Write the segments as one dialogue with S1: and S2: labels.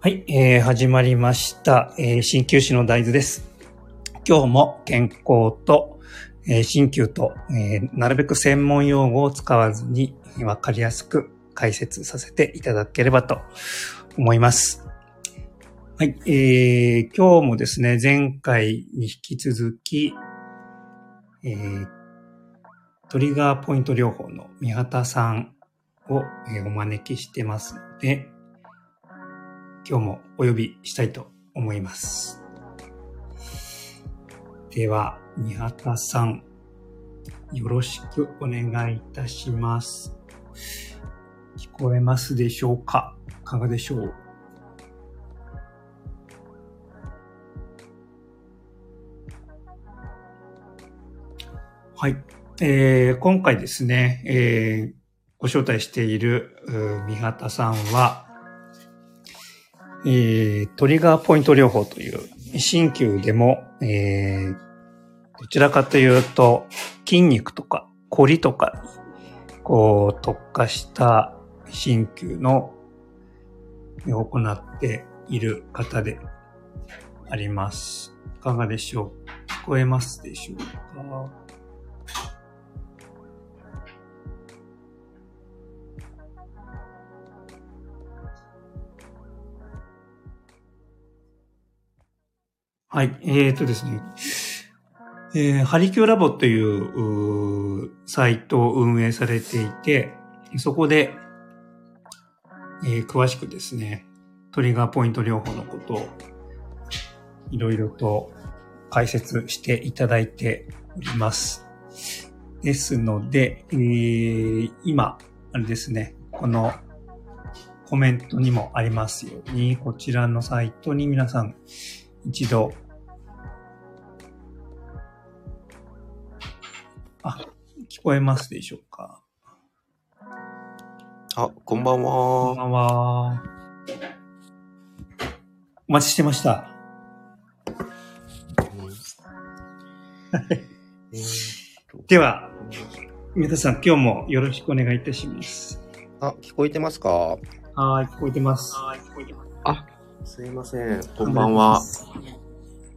S1: はい、えー、始まりました。えー、鍼灸師の大豆です。今日も健康と、えー、鍼灸と、えーなるべく専門用語を使わずに、わかりやすく解説させていただければと思います。はい、えー、今日もですね、前回に引き続き、えー、トリガーポイント療法の三畑さんを、えーお招きしてますので、今日もお呼びしたいと思います。では、三畑さん、よろしくお願いいたします。聞こえますでしょうかいかがでしょうはい。えー今回ですね、えーご招待している、うー三畑さんは、えートリガーポイント療法という、鍼灸でも、えーどちらかというと、筋肉とか、凝りとかに、こう、特化した鍼灸の、を行っている方であります。いかがでしょう聞こえますでしょうかはい。えっ、とですね。えーハリキューラボといううーサイトを運営されていて、そこで、えー詳しくですね、トリガーポイント療法のことをいろいろと解説していただいております。ですので、えー今、あれですね、このコメントにもありますように、こちらのサイトに皆さん一度、あ、聞こえますでしょうか
S2: あ、こんば
S1: こ
S2: ん
S1: ん
S2: は。
S1: ばんは。お待ちしてました。
S2: えー
S1: では、皆さん今日もよろしくお願いいたします。
S2: あ、聞こえてますか
S1: はーい、聞こえてます。はい、聞こえてます。
S2: すいません。こんばんは。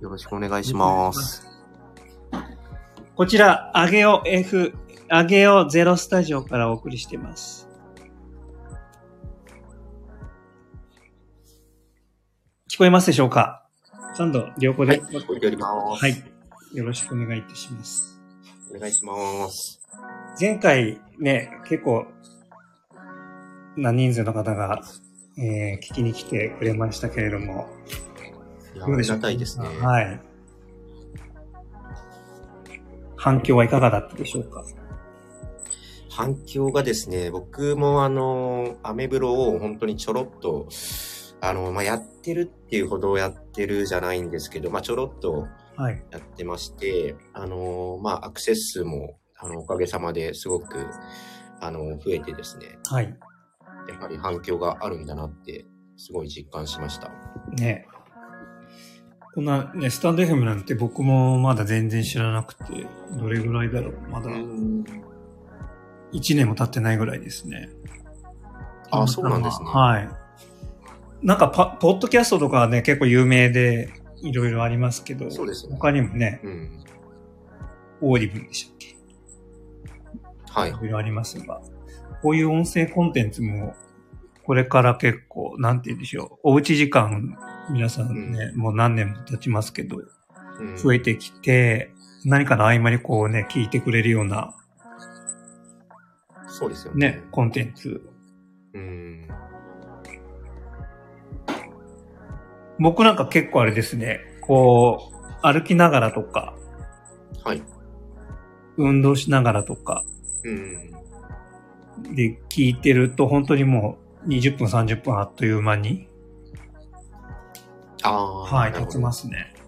S2: よろしくお願いします。
S1: こちら、あげお F、あげおゼロスタジオからお送りしてます。聞こえますでしょうか三度、良好
S2: は
S1: で。
S2: い、聞こえております。
S1: はい。よろしくお願いいたします。
S2: お願いします。
S1: 前回ね、結構な人数の方が、えー聞きに来てくれましたけれども、
S2: いや、あ
S1: どうで
S2: り
S1: しょう
S2: がたいですね。
S1: はい。反響はいかがだったでしょうか
S2: 反響がですね、僕もあの、アメブロを本当にちょろっと、あの、まあ、やってるっていうほどやってるじゃないんですけど、まあ、ちょろっと
S1: はい。
S2: やってまして、あのーまあ、アクセス数も、あの、おかげさまですごく、あの、増えてですね、
S1: はい。
S2: やっぱり反響があるんだなって、すごい実感しました。
S1: ね。こんなね、スタンド FM なんて僕もまだ全然知らなくて、どれぐらいだろうまだ1年も経ってないぐらいですね。
S2: あ、そうなんですね。
S1: はい。なんかパ、ポッドキャストとかはね、結構有名で、いろいろありますけど、
S2: そうですね
S1: 他にもね、
S2: うん。
S1: オーディブルでしたっけい
S2: はい。
S1: ろいろありますが、こういう音声コンテンツも、これから結構、なんて言うんでしょう、おうち時間、皆さんね、もう何年も経ちますけど、
S2: うん
S1: 増えてきて、何かの合間にこうね、聞いてくれるような、
S2: そうですよね。
S1: ね、コンテンツ。
S2: うん。
S1: 僕なんか結構あれですね、こう、歩きながらとか、
S2: はい。
S1: 運動しながらとか、
S2: うん。
S1: で聞いてると本当にもう20分30分あっという間に、
S2: ああ。
S1: はい、
S2: なる
S1: 経
S2: ほ
S1: ち
S2: ど
S1: ますね。
S2: うん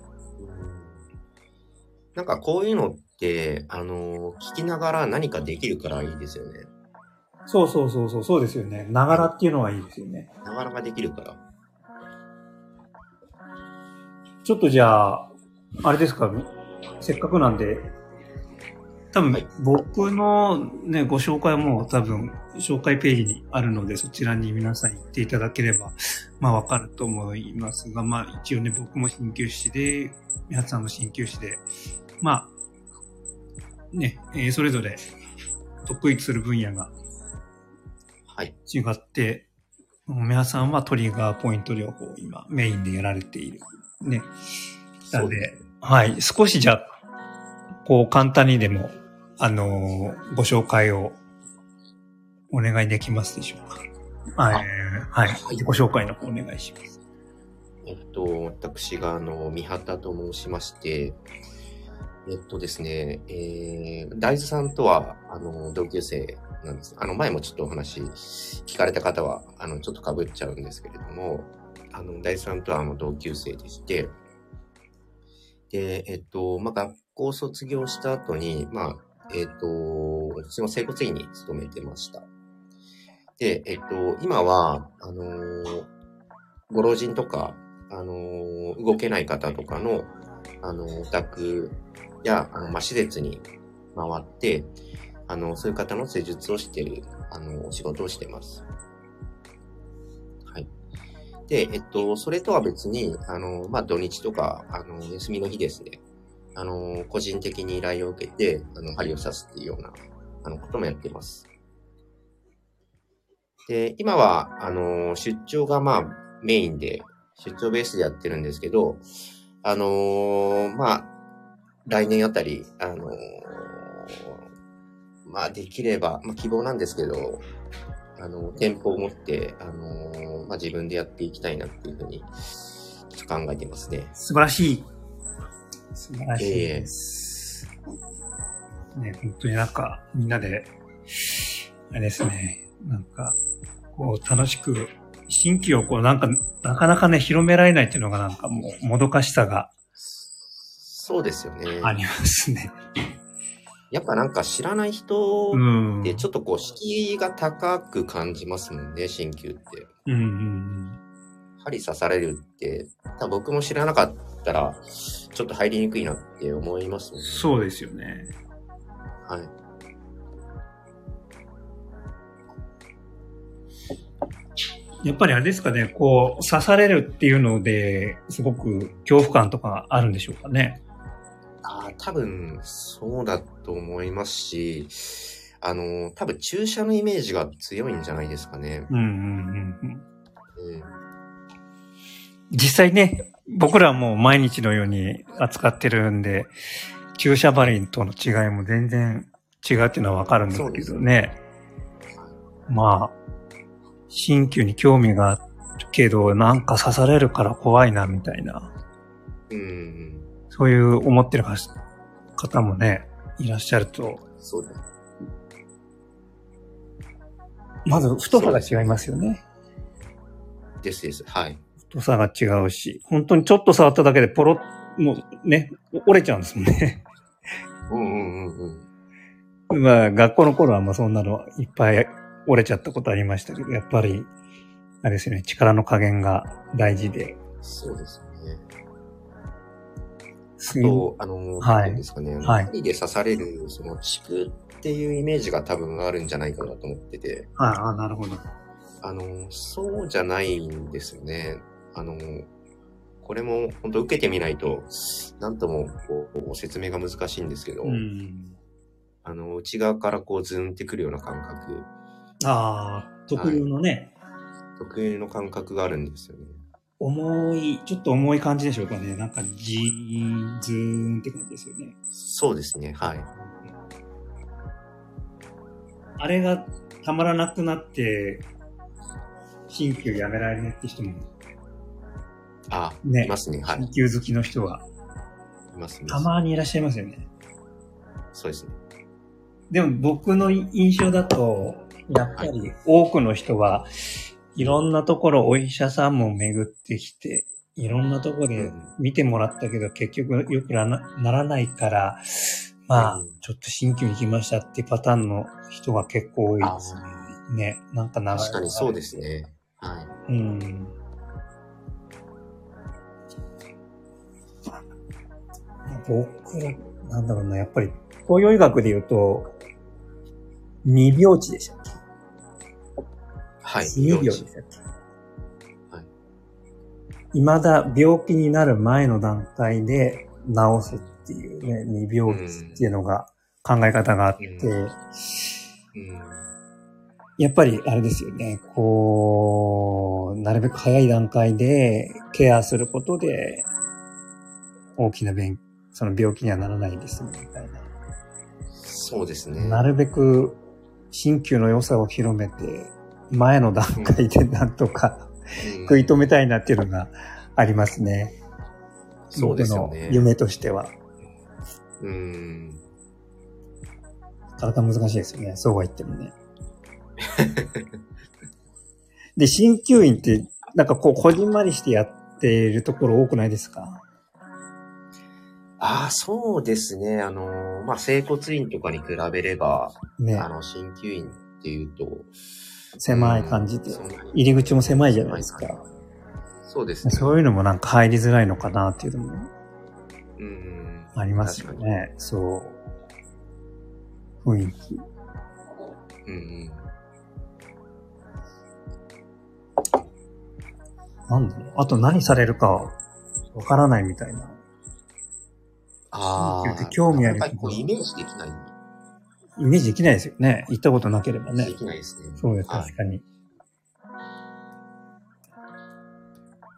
S2: なんかこういうのって、あのー、聞きながら何かできるからいいですよね。
S1: そうそうそうそう、そうですよね。ながらっていうのはいいですよね。
S2: なかなかできるから。
S1: ちょっとじゃあ、あれですか、せっかくなんで、多分、
S2: はい
S1: 僕のね、ご紹介はもう多分、紹介ページにあるので、そちらに皆さん行っていただければ、まあわかると思いますが、まあ一応ね、僕も鍼灸師で、皆さんも鍼灸師で、まあ、ね、えーそれぞれ得意とする分野が
S2: はい。
S1: 違って、皆さんはトリガーポイント療法を今メインでやられている。ね。な
S2: そ
S1: の
S2: うです
S1: で、はい。少しじゃあ、こう簡単にでも、あのーご紹介をお願いできますでしょうか。はい。はい。ご紹介の方お願いします。
S2: えっと、私が、あの、三畑と申しまして、えっとですね、えー、大豆さんとは、あの、同級生なんです。あの、前もちょっとお話聞かれた方は、あの、ちょっと被っちゃうんですけれども、あの、大豆さんとは、あの、同級生でして、で、えっと、まあ、学校卒業した後に、まあ、えっと、私も整骨院に勤めてました。で、えっと、今は、あのご老人とか、あのー動けない方とかの、あのーお宅や、あの、まあ、施設に回って、あの、そういう方の施術をしてる、あの、お仕事をしてます。はい。で、えっと、それとは別に、あの、まあ、土日とか、あの、休みの日ですね。あの、個人的に依頼を受けて、あの、針を刺すっていうような、あの、こともやってます。で、今は、あの、出張が、まあ、メインで、出張ベースでやってるんですけど、あのーまあ、来年あたり、あのーまあ、できれば、まあ、希望なんですけど、あの、店舗を持って、あのーまあ、自分でやっていきたいなっていうふうに、ちょっと考えてますね。
S1: 素晴らしい。素晴らしいです。ね、本当になんか、みんなで、あれですね、なんか、こう、楽しく、新規をこう、なんか、なかなかね、広められないっていうのがなんかもう、もどかしさが
S2: そうですよね。
S1: ありますね。
S2: やっぱなんか知らない人
S1: うん。
S2: ってちょっとこう、敷居が高く感じますもんね、鍼灸って。
S1: うんうん
S2: 針刺されるって、多分僕も知らなかったら、ちょっと入りにくいなって思いますも
S1: うんん。
S2: ね。
S1: そうですよね。
S2: はい。
S1: やっぱりあれですかね、こう、刺されるっていうので、すごく恐怖感とかあるんでしょうかね。
S2: ああ、多分、そうだと思いますし、あの、多分注射のイメージが強いんじゃないですかね。
S1: うんうんうんうん。
S2: うん、
S1: 実際ね、僕らはもう毎日のように扱ってるんで、注射針との違いも全然違うっていうのはわかるんですけどね。まあ、新旧に興味があるけど、なんか刺されるから怖いな、みたいな。
S2: うん、
S1: そういう思ってる方方もね、いらっしゃると、
S2: そうだ。
S1: まず太さが違いますよね。
S2: ですです。はい。
S1: 太さが違うし、本当にちょっと触っただけでポロッ、もうね、折れちゃうんですもんね。
S2: うんうんうんうん。
S1: まあ、学校の頃はまあそんなのいっぱい折れちゃったことありましたけど、やっぱり、あれですよね、力の加減が大事で。
S2: そうですね。
S1: す
S2: と、あの、
S1: はい
S2: なんですかね。
S1: はい
S2: 針で刺される、その、チクっていうイメージが多分あるんじゃないかなと思ってて、
S1: ああ、なるほど。
S2: あの、そうじゃないんですよね。あの、これも本当受けてみないと、なんともこうこう説明が難しいんですけど、
S1: うん。
S2: あの、内側からこうズンってくるような感覚、
S1: ああ、特有のね、
S2: 特有の感覚があるんですよね。
S1: 重い、ちょっと重い感じでしょうかね。なんか、ジーン、ズーンって感じですよね。
S2: そうですね、はい。
S1: あれがたまらなくなって、新旧やめられないって人も、
S2: あ、
S1: ね
S2: いますね、はい。い
S1: 新旧好きの人は、
S2: ます、い
S1: た
S2: ま
S1: まにいらっしゃいますよね。
S2: す。そうですね。
S1: でも僕の印象だと、やっぱり多くの人は、いろんなところお医者さんも巡ってきて、いろんなところで見てもらったけど、結局よくなならないから、まあ
S2: うん、
S1: ちょっと新旧に来ましたってパターンの人が結構多い
S2: あ
S1: ですね。なんか長い。
S2: 確かにそうですね。は
S1: う
S2: い。
S1: ん。僕ら、なんだろうな、やっぱり、東洋医学で言うと、未病地でしたっけ
S2: はい。
S1: 未病でしたっけ
S2: はい。
S1: 未だ病気になる前の段階で治すっていうね、未病地っていうのが考え方があって、
S2: ううん。
S1: やっぱりあれですよね、こう、なるべく早い段階でケアすることで、大きな便、その病気にはならないです、みたい
S2: そうですね。
S1: な。なるべく、鍼灸の良さを広めて、前の段階でなんとか
S2: うん
S1: 食い止めたいなっていうのがありますね。
S2: そうですよね
S1: 僕の。夢としては。
S2: うん。
S1: なかなか難しいですよね。そうは言ってもね。 で、鍼灸院って、なんかこう、こじんまりしてやっているところ多くないですか
S2: ああ、そうですね。あのー、まあ、整骨院とかに比べれば、
S1: ね
S2: あ。の、鍼灸院っていうと、
S1: 狭い感じで
S2: うんそんなに
S1: 入り口も狭いじゃないですか。
S2: そうですね。
S1: そういうのもなんか入りづらいのかなっていうのも
S2: うん。
S1: ありますよね。そう。雰囲気。
S2: 確かに。うん
S1: なんだろう。あと何されるかわからないみたいな。
S2: あ
S1: 鍼灸
S2: あ
S1: っ。て興味ある
S2: やっぱりこう、イメージできない。
S1: イメージできないですよね。行ったことなければね
S2: で。きないですね。
S1: そうです、
S2: はい
S1: 確かに。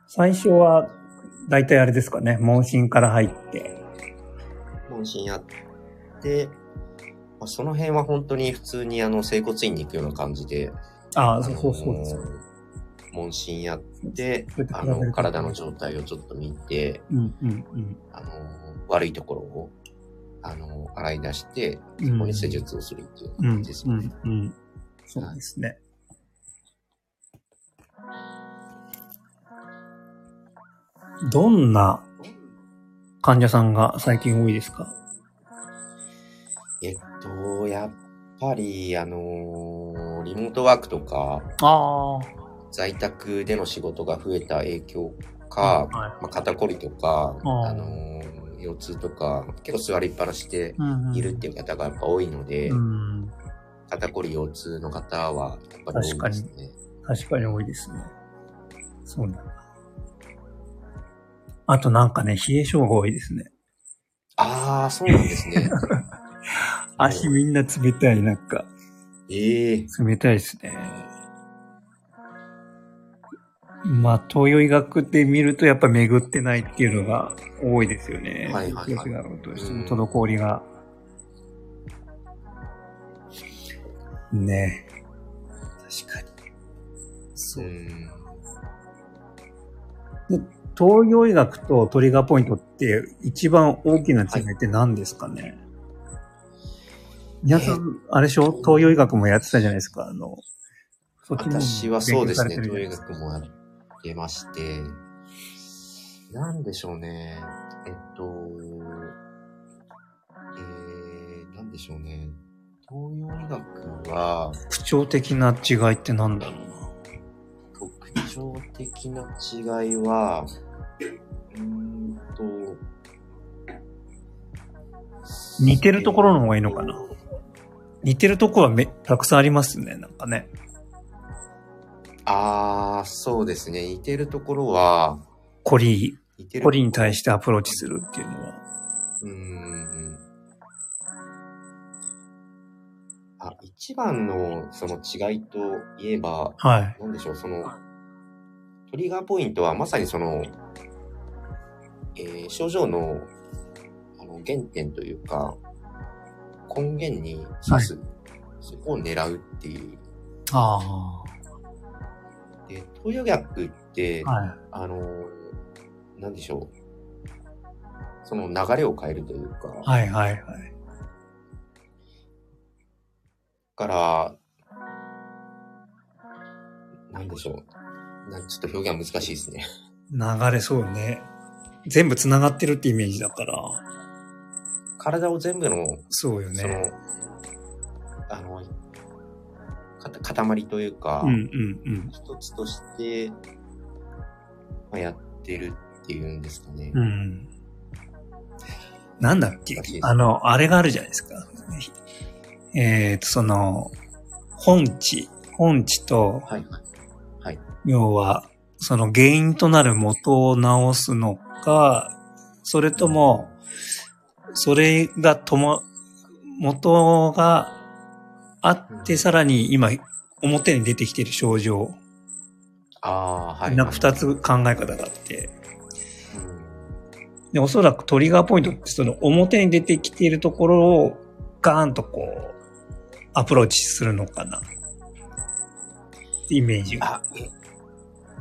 S1: 最初は、だいたいあれですかね、問診から入って。
S2: 問診やって、まあ、その辺は本当に普通にあの整骨院に行くような感じで、
S1: あ
S2: あ
S1: あ、
S2: のー
S1: そうそうですよ。
S2: 問診やって
S1: そうやっ、て
S2: あ
S1: 比べると
S2: の、体の状態をちょっと見て、
S1: うんうん
S2: あのー悪いところを、あのー洗い出して、
S1: うん。
S2: そこに施術をするっていう
S1: うんう
S2: 感
S1: ん
S2: じです
S1: う
S2: ね。
S1: んうん。そうですね。どんな患者さんが最近多いですか
S2: えっと、やっぱり、あのーリモートワークとか、
S1: あ
S2: 在宅での仕事が増えた影響か、
S1: は
S2: まあ、肩こりとか、
S1: あー
S2: あのー腰痛とか、結構座りっぱなしで
S1: い
S2: いるっていう方がやっぱ多いので、
S1: うん。
S2: 肩こり腰痛の方はやっぱり多いですね。
S1: 確かに多いですね。そうなんだ。あとなんかね、冷え性が多いですね。
S2: ああ、そうなんです ね。
S1: 足みんな冷たい、なんか。
S2: ええ
S1: 冷たいですね。まあ、東洋医学で見るとやっぱ巡ってないっていうのが多いですよね。
S2: はいはいはい
S1: 東洋医学としても滞りが。ねえ。確かに。そうう。
S2: ん。
S1: 東洋医学とトリガーポイントって一番大きな違いって何ですかね、皆さ
S2: え
S1: ん、あれでしょ東洋医学もやってたじゃないですかあの、そっちの
S2: 私はそうですね、
S1: 勉強されてるじゃ
S2: 東映
S1: ない
S2: 学もやってまして、なんでしょうね。えっと、えー、なんでしょうね。東洋医学は、
S1: ですか特徴的な違いって何だろうな。
S2: 特徴的な違いは、うーんと、
S1: 似てるところの方がいいのかな似てるとこはめたくさんありますね、なんかね。
S2: ああ、そうですね。似てるところは、
S1: コリ、
S2: 似てる。
S1: コリに対してアプローチするっていうのは。
S2: うーん。あ、一番のその違いといえば、
S1: はい。
S2: なんでしょう、その、トリガーポイントはまさにその、えー症状の、あの、原点というか、根源に刺す、そこを狙うっていう。
S1: あ
S2: で、東洋薬って、
S1: あ。はい。
S2: あの、なんでしょう。その流れを変えるというか、
S1: はいはいはい。
S2: から、なんでしょう。なんちょっと表現は難しいですね。
S1: 流れそうね。全部繋がってるってイメージだから。
S2: 体を全部の、
S1: そうよ
S2: その
S1: ね。、
S2: あの、かた塊というか、
S1: うんうんうん。
S2: 一つとして、まあ、やってるっていうんですかね。
S1: うん。なんだっけ
S2: らしいです
S1: あの、あれがあるじゃないですか。えっ、と、その、本地、本地と、
S2: はいはい。
S1: 要は、その原因となる元を直すのか、それとも、それがとも、元があって、さらに今、表に出てきている症状、
S2: ああ、はい。
S1: なんか二つ考え方があって、で、おそらくトリガーポイントって、その表に出てきているところをガーンとこう、アプローチするのかな。ってイメージが。
S2: あ、えっ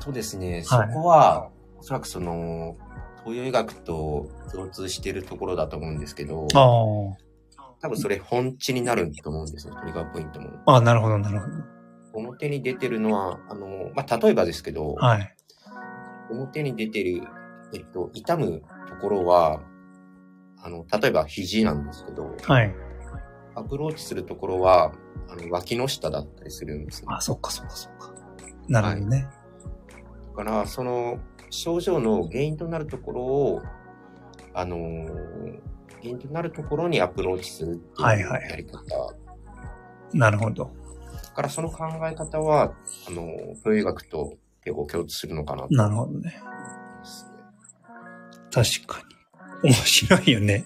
S2: とですね、
S1: はい
S2: そこは、おそらくその、東洋医学と共通してるところだと思うんですけど、
S1: あ
S2: 多分それ本地になると思うんですね、トリガーポイントも。
S1: あ。あなるほど、なるほど。
S2: 表に出てるのは、あの、まあ、例えばですけど、
S1: はい。
S2: 表に出てる、えっと、痛むところは、あの、例えば肘なんですけど、
S1: はい。
S2: アプローチするところは、あの、脇の下だったりするんですね。
S1: あ、そっかそっかそっか。なるほどね。
S2: だから、その症状の原因となるところを、あのー原因となるところにアプローチするって
S1: はいいうはい
S2: やり方。
S1: なるほど。
S2: だから、その考え方は、あのー、東洋医学と結構共通するのかなと
S1: なるほどね。
S2: 思いますね。
S1: 確かに。面白いよね。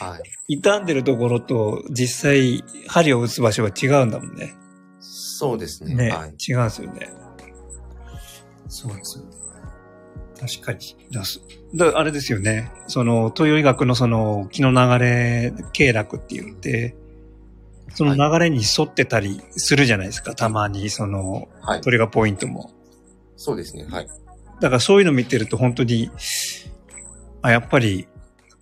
S2: はい。
S1: 傷んでるところと実際針を打つ場所が違うんだもんね。
S2: そうですね。
S1: ね、
S2: はい。
S1: 違うんですよね。そうですよね。確かに。だすだあれですよね。その、東洋医学のその、気の流れ、経絡って言って、その流れに沿ってたりするじゃないですか。たまに、その、
S2: はい。
S1: トリガーポイントも。
S2: そうですね。はい。
S1: だからそういうの見てると本当に、あ、やっぱり、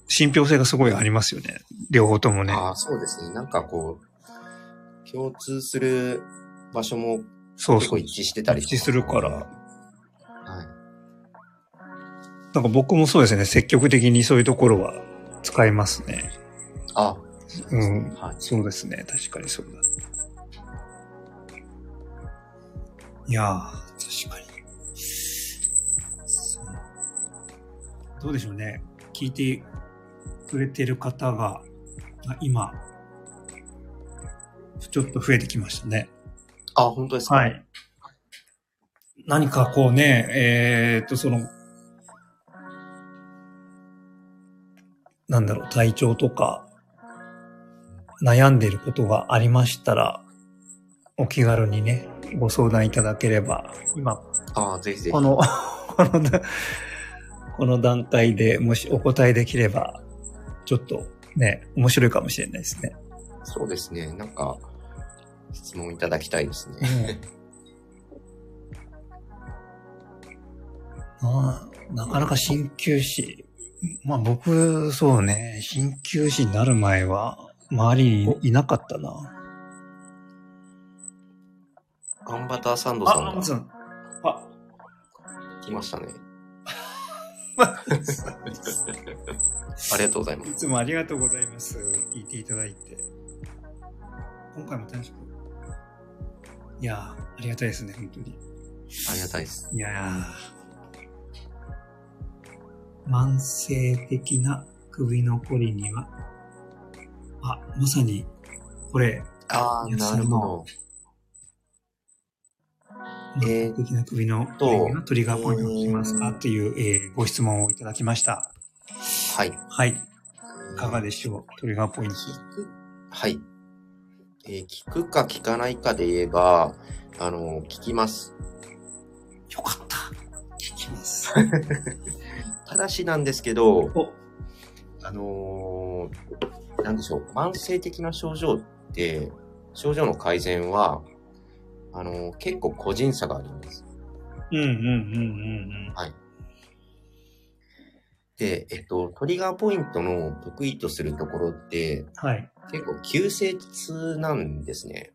S1: 信憑性がすごいありますよね。両方ともね。
S2: ああ、そうですね。なんかこう、共通する場所も
S1: そう
S2: 結
S1: そ
S2: 構
S1: う。
S2: 一致してたり
S1: 一致するから。
S2: はい。
S1: なんか僕もそうですね。積極的にそういうところは使いますね。
S2: あ、
S1: うん。
S2: はい。
S1: そうですね。確かにそうだ。いやー、確かに。そうどうでしょうね。聞いてくれてる方が、あ今、ちょっと増えてきましたね。
S2: あ、本当ですか。
S1: はい。何かこうね、えーっと、その、なんだろう、体調とか、悩んでいることがありましたら、お気軽にね、ご相談いただければ、今、
S2: ああ、ぜひぜひ。
S1: この、 この段、この段階でもしお答えできれば、ちょっとね、面白いかもしれないですね。
S2: そうですね。なんか、質問いただきたいですね。
S1: ああ、なかなか鍼灸師。まあ僕、そうね、鍼灸師になる前は、周りにいなかったな。
S2: アンバターサンドさんが
S1: ん。あ、
S2: 来ましたね。
S1: あ
S2: ありがとうございます。
S1: いつもありがとうございます。聞いていただいて。今回も楽しく。いやーありがたいですね、本当に。
S2: ありがたいです。
S1: いやー慢性的な首のこりには、あ、まさに、これ、
S2: ああ、
S1: いや
S2: なるほ
S1: 慢性的な首のこりにはトリガーポイントが効きますか
S2: えー
S1: という、えーご質問をいただきました。
S2: ど。はい。い
S1: はい。いかがでしょうトリガーポイント。
S2: 聞くはい。えー聞くか聞かないかで言えば、あの、聞きます。
S1: よかった。聞きます。
S2: ただしなんですけど、
S1: お、
S2: あのーなんでしょう、慢性的な症状って、症状の改善は、あのー結構個人差があります。
S1: うんうんうんうん
S2: で、えっと、トリガーポイントの得意とするところって、
S1: うん。はい。
S2: 結構急性痛なんですね。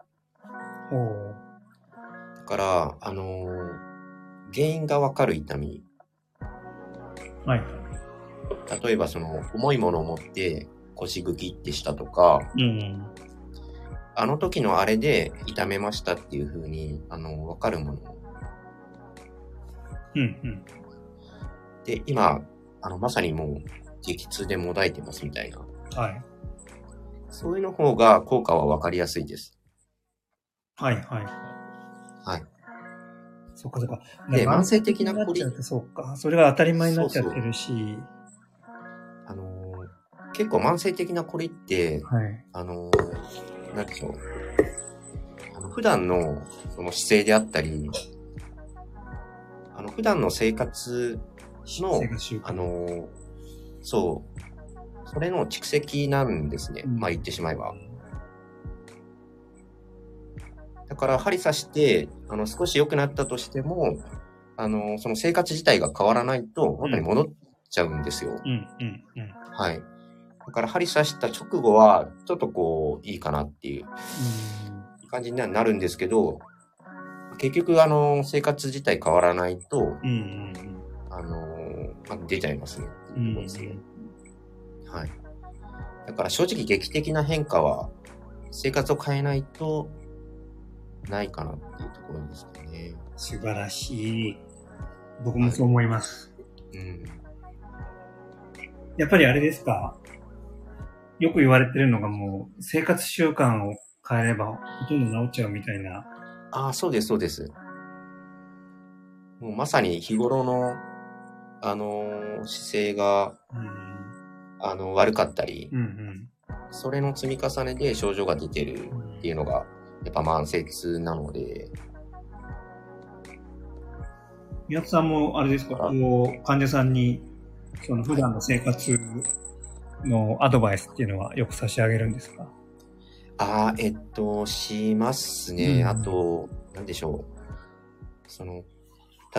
S1: おー
S2: だから、あのー原因がわかる痛み。
S1: はい。
S2: 例えば、その、重いものを持って腰ぐきってしたとか、
S1: うん。
S2: あの時のあれで痛めましたっていう風に、あのーわかるもの
S1: うんうん。
S2: で、今、あの、まさにもう、激痛でもだいてますみたいな。
S1: はい。
S2: そういうの方が効果はわかりやすいです。
S1: はい、はい。
S2: はい。
S1: そっかそっか。
S2: で、慢
S1: 慢性
S2: 性的
S1: に
S2: な
S1: なっ
S2: コ
S1: ち
S2: リ
S1: ゃうと、そうか。それが当たり前になっちゃってるし。
S2: あのー結構慢性的なコリって、
S1: はい。
S2: あのーなんでしょう。あの普段のその姿勢であったり、あの普段の生活の
S1: 生活習慣
S2: あのーそう、それの蓄積なんですね。
S1: うん
S2: まあ言ってしまえば。だから針刺して、あの、少し良くなったとしても、あのーその生活自体が変わらないと、元に戻っちゃうんですよ。
S1: うん、うん、うん。うん
S2: はい。だから針刺した直後は、ちょっとこう、いいかなっていう感じになるんですけど、結局、あのー生活自体変わらないと、
S1: うん、うん
S2: あのーまあ、出ちゃいますねって
S1: う。
S2: いうんところですね。はい。だから正直劇的な変化は生活を変えないとないかなっていうところですかね。
S1: 素晴らしい。僕もそう思います。
S2: うん。
S1: やっぱりあれですかよく言われてるのがもう、生活習慣を変えれば、ほとんど治っちゃうみたいな。
S2: ああ、そうです、そうです。もうまさに日頃の、あのー姿勢が、
S1: うん。
S2: あの悪かったり、
S1: うん
S2: それの積み重ねで症状が出てる
S1: うん。
S2: っていうのが、やっぱ慢性痛なので、
S1: 宮田さんも、あれですか、
S2: あ
S1: こう、患者さんに、その普段の生活のアドバイスっていうのはよく差し上げるんですか
S2: ああ、えっと、しますね。
S1: うん
S2: あと、なんでしょう。その、例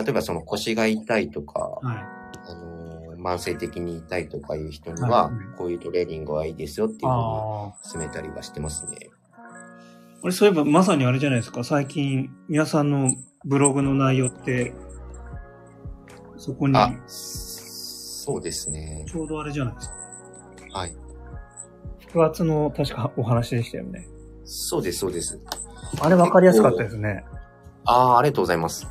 S2: えばその腰が痛いとか、
S1: は
S2: あのー慢性的に痛いとかいう人に
S1: は
S2: は、
S1: い
S2: こういうトレーニングはいいですよって
S1: い。
S2: いうふうに
S1: ああ。
S2: 勧めたりはしてますね。
S1: 俺そういえばまさにあれじゃないですか、最近、宮田さんのブログの内容って、そこに、
S2: あ、そうですね。
S1: ちょうどあれじゃないですか。
S2: はい。
S1: 腹圧の確かお話でしたよね。
S2: そうです、そうです。
S1: あれ分かりやすかったですね。
S2: ああ、ありがとうございます。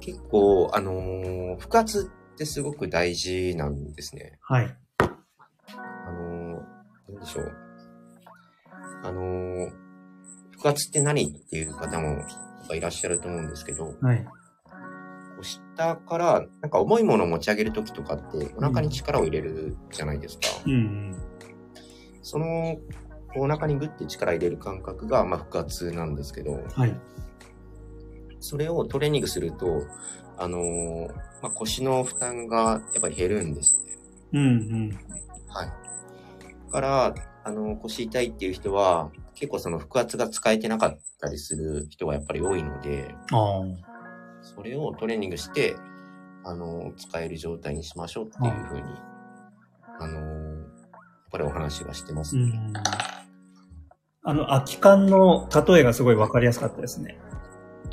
S2: 結構、あのー、腹圧ってすごく大事なんですね。
S1: はい。
S2: あのー、なんでしょう。あのー、腹圧って何っていう方もやっぱいらっしゃると思うんですけど、こ
S1: はい。
S2: う下からなんか重いものを持ち上げるときとかってお腹に力を入れるじゃないですか。
S1: うん。
S2: その、こうお腹にグッて力入れる感覚が、まあ、腹圧なんですけど、
S1: はい。
S2: それをトレーニングすると、あのーまあ、腰の負担がやっぱり減るんですね。
S1: うんうん。
S2: はい。だから、あの、腰痛いっていう人は、結構その腹圧が使えてなかったりする人がやっぱり多いので、
S1: ああ。
S2: それをトレーニングして、あの、使える状態にしましょうっていうふうに、あの、やっぱりお話はしてます
S1: う
S2: ね。
S1: ん。あの、空き缶の例えがすごい分かりやすかったですね。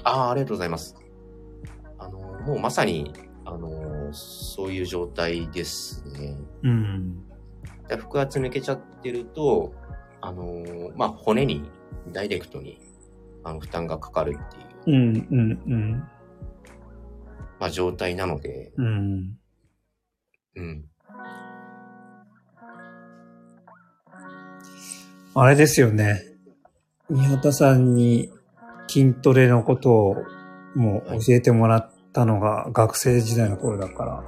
S2: ああ、ありがとうございます。あの、もうまさに、あの、そういう状態ですね。
S1: うん。
S2: だから腹圧抜けちゃってると、あのーまあ、骨に、ダイレクトに、あの、負担がかかるっていう、
S1: うんうん
S2: まあ、状態なので、
S1: うん。うん。
S2: うん。
S1: あれですよね。宮田さんに筋トレのことをもう教えてもらったのが学生時代の頃だから。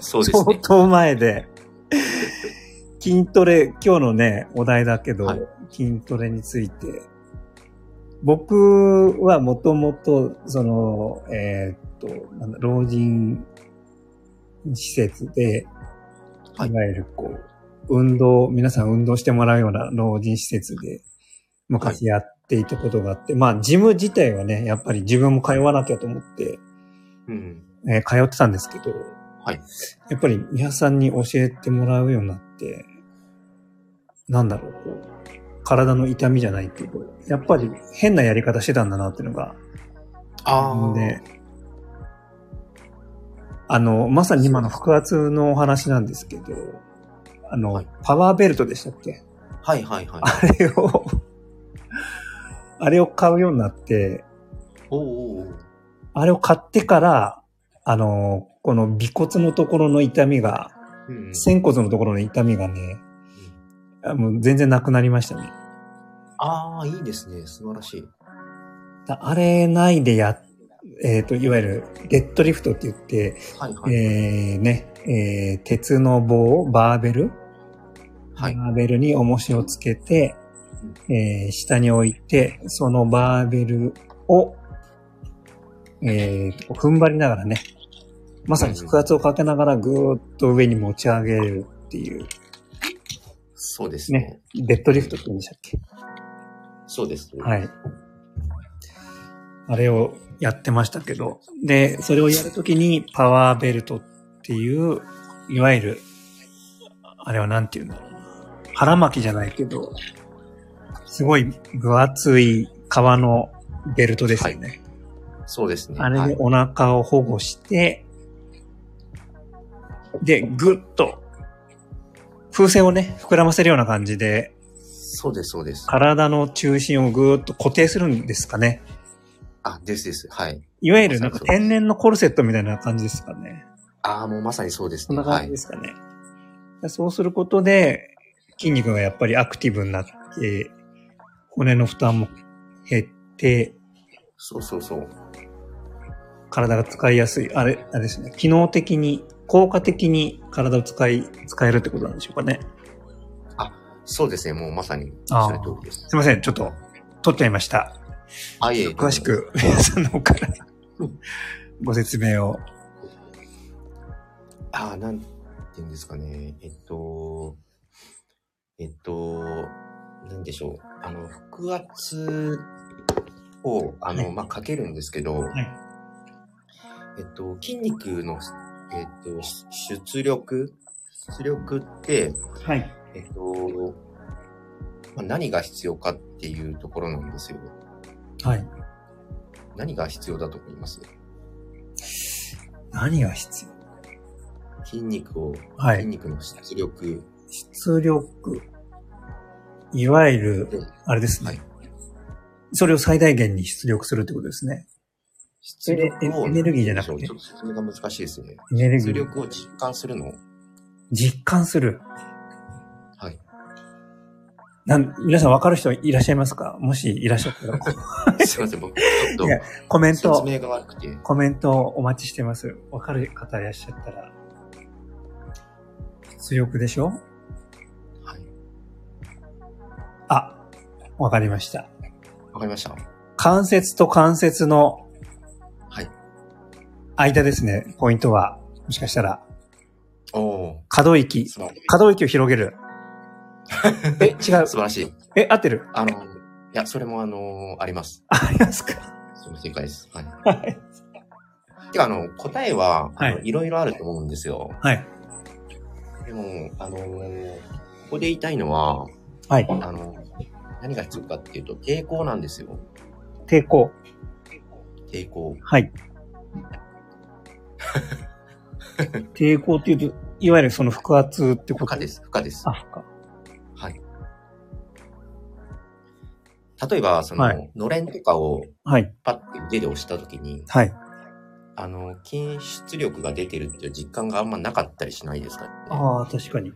S2: そうです
S1: 相
S2: ね。
S1: 当前で、筋トレ、今日のね、お題だけど、
S2: はい
S1: 筋トレについて。僕はもともと、その、えーっと、なんだ、老人施設で、
S2: はい
S1: いわゆるこう、運動、皆さん運動してもらうような老人施設で、昔やっていたことがあって、まあ、ジム自体はね、やっぱり自分も通わなきゃと思って、
S2: うん。
S1: えー通ってたんですけど、
S2: はい。
S1: やっぱり皆さんに教えてもらうようになって、なんだろう、こう、体の痛みじゃないけど、やっぱり変なやり方してたんだなっていうのが、
S2: ああ。
S1: で、あの、まさに今の腹圧のお話なんですけど、あの、
S2: はい
S1: パワーベルトでしたっけ
S2: はいはいはい。
S1: あれを、あれを買うようになって、
S2: おーおーおー
S1: あれを買ってから、あの、この尾骨のところの痛みが、
S2: うん
S1: 仙骨のところの痛みがね、あもう全然なくなりましたね。
S2: ああ、いいですね。素晴らしい。
S1: だあれないでや、えっ、と、いわゆるデッドリフトって言って、
S2: はいはい。
S1: えーね、えー鉄の棒をバーベル、
S2: はい。
S1: バーベルに重しをつけて、えー下に置いて、そのバーベルを、えーと踏ん張りながらね、まさに腹圧をかけながらぐーっと上に持ち上げるっていう、
S2: そうですね。
S1: ねデッドリフトって言うんでしたっけ
S2: そうです、ね。
S1: はい。あれをやってましたけど、で、それをやるときにパワーベルトっていう、いわゆる、あれはなんていうんだろうな。腹巻きじゃないけど、すごい分厚い革のベルトですよね。
S2: そうですね。
S1: あ
S2: は
S1: れで
S2: い
S1: お腹を保護して、で、ぐっと、風船をね、膨らませるような感じで、
S2: そうです、そうです。
S1: 体の中心をぐーっと固定するんですかね。
S2: あ、ですです。はい。
S1: いわゆるなんか天然のコルセットみたいな感じですかね。
S2: ああ、もうまさにそうです
S1: そん
S2: ね。
S1: な
S2: は
S1: 感じ
S2: い
S1: で。すかね。そうすることで、筋肉がやっぱりアクティブになって、骨の負担も減って、
S2: そうそうそう。
S1: 体が使いやすい。あれ、あれですね。機能的に、効果的に体を使い、使えるってことなんでしょうかね。
S2: そうですね。もうまさに、それ通りです。
S1: すいません。ちょっと、取っちゃいました。
S2: あ、いえいえ
S1: 詳し。く、皆さんの方から
S2: うん、
S1: ご説明を。
S2: ああ、なんて言うんですかね。えっと、えっと、なんでしょう。あの、腹圧を、あの、
S1: はい
S2: まあ、かけるんですけど、
S1: い
S2: えっと、筋肉の、えっと、出力出力って、
S1: はい。
S2: えっと、まあ、何が必要かっていうところなんですよ。
S1: はい。
S2: 何が必要だと思います
S1: 何が必要
S2: 筋肉を、
S1: はい
S2: 筋。肉の出力。
S1: 出力。いわゆる
S2: うん、
S1: あれですね、
S2: はい
S1: それを最大限に出力するってことですね。
S2: 出力を
S1: エネルギーじゃなくて
S2: そうちょっと説明が難しいですね。
S1: エネルギ
S2: 出
S1: ー。
S2: 力を実感するの
S1: 実感する。
S2: はい。
S1: なん皆さん分かる人いらっしゃいますかもしいらっしゃっ たら、
S2: すいません、僕、ちょっと
S1: いやコメン
S2: 説
S1: ト、
S2: 明が悪くて。
S1: コメントお待ちしてます。分かる方いらっしゃったら。出力でしょ
S2: はい。
S1: あ、わかりました。
S2: わかりました。
S1: 関節と関節の
S2: はい。
S1: 間ですね、ポイントは。もしかしたら、
S2: おお
S1: 可動域
S2: ー。素晴らしい
S1: 可動域を広げ る。え、違う
S2: 素。晴らしい。
S1: え、合ってる
S2: あの、いや、それもあのあります。
S1: ありますか
S2: その正解です。はい。
S1: はい。
S2: てか、あの、答えは、あの、
S1: はい
S2: ろいろあると思うんですよ。
S1: はい。
S2: でも、あのここで言いたいのは、
S1: はい。
S2: あの何が必要かっていうと、抵抗なんですよ。
S1: 抵抗。
S2: 抵抗。
S1: はい。 抵抗っていうと、いわゆるその腹圧って
S2: 負
S1: こと
S2: 荷です。負荷です
S1: あ、。負
S2: はい。例えば、その、
S1: はい
S2: のれんとかを
S1: 荷。はい。
S2: パッて腕で押したときに、
S1: はい。
S2: あの、筋出力が出てるっていう実感があんまなかったりしないですかね。
S1: ああ、確かに。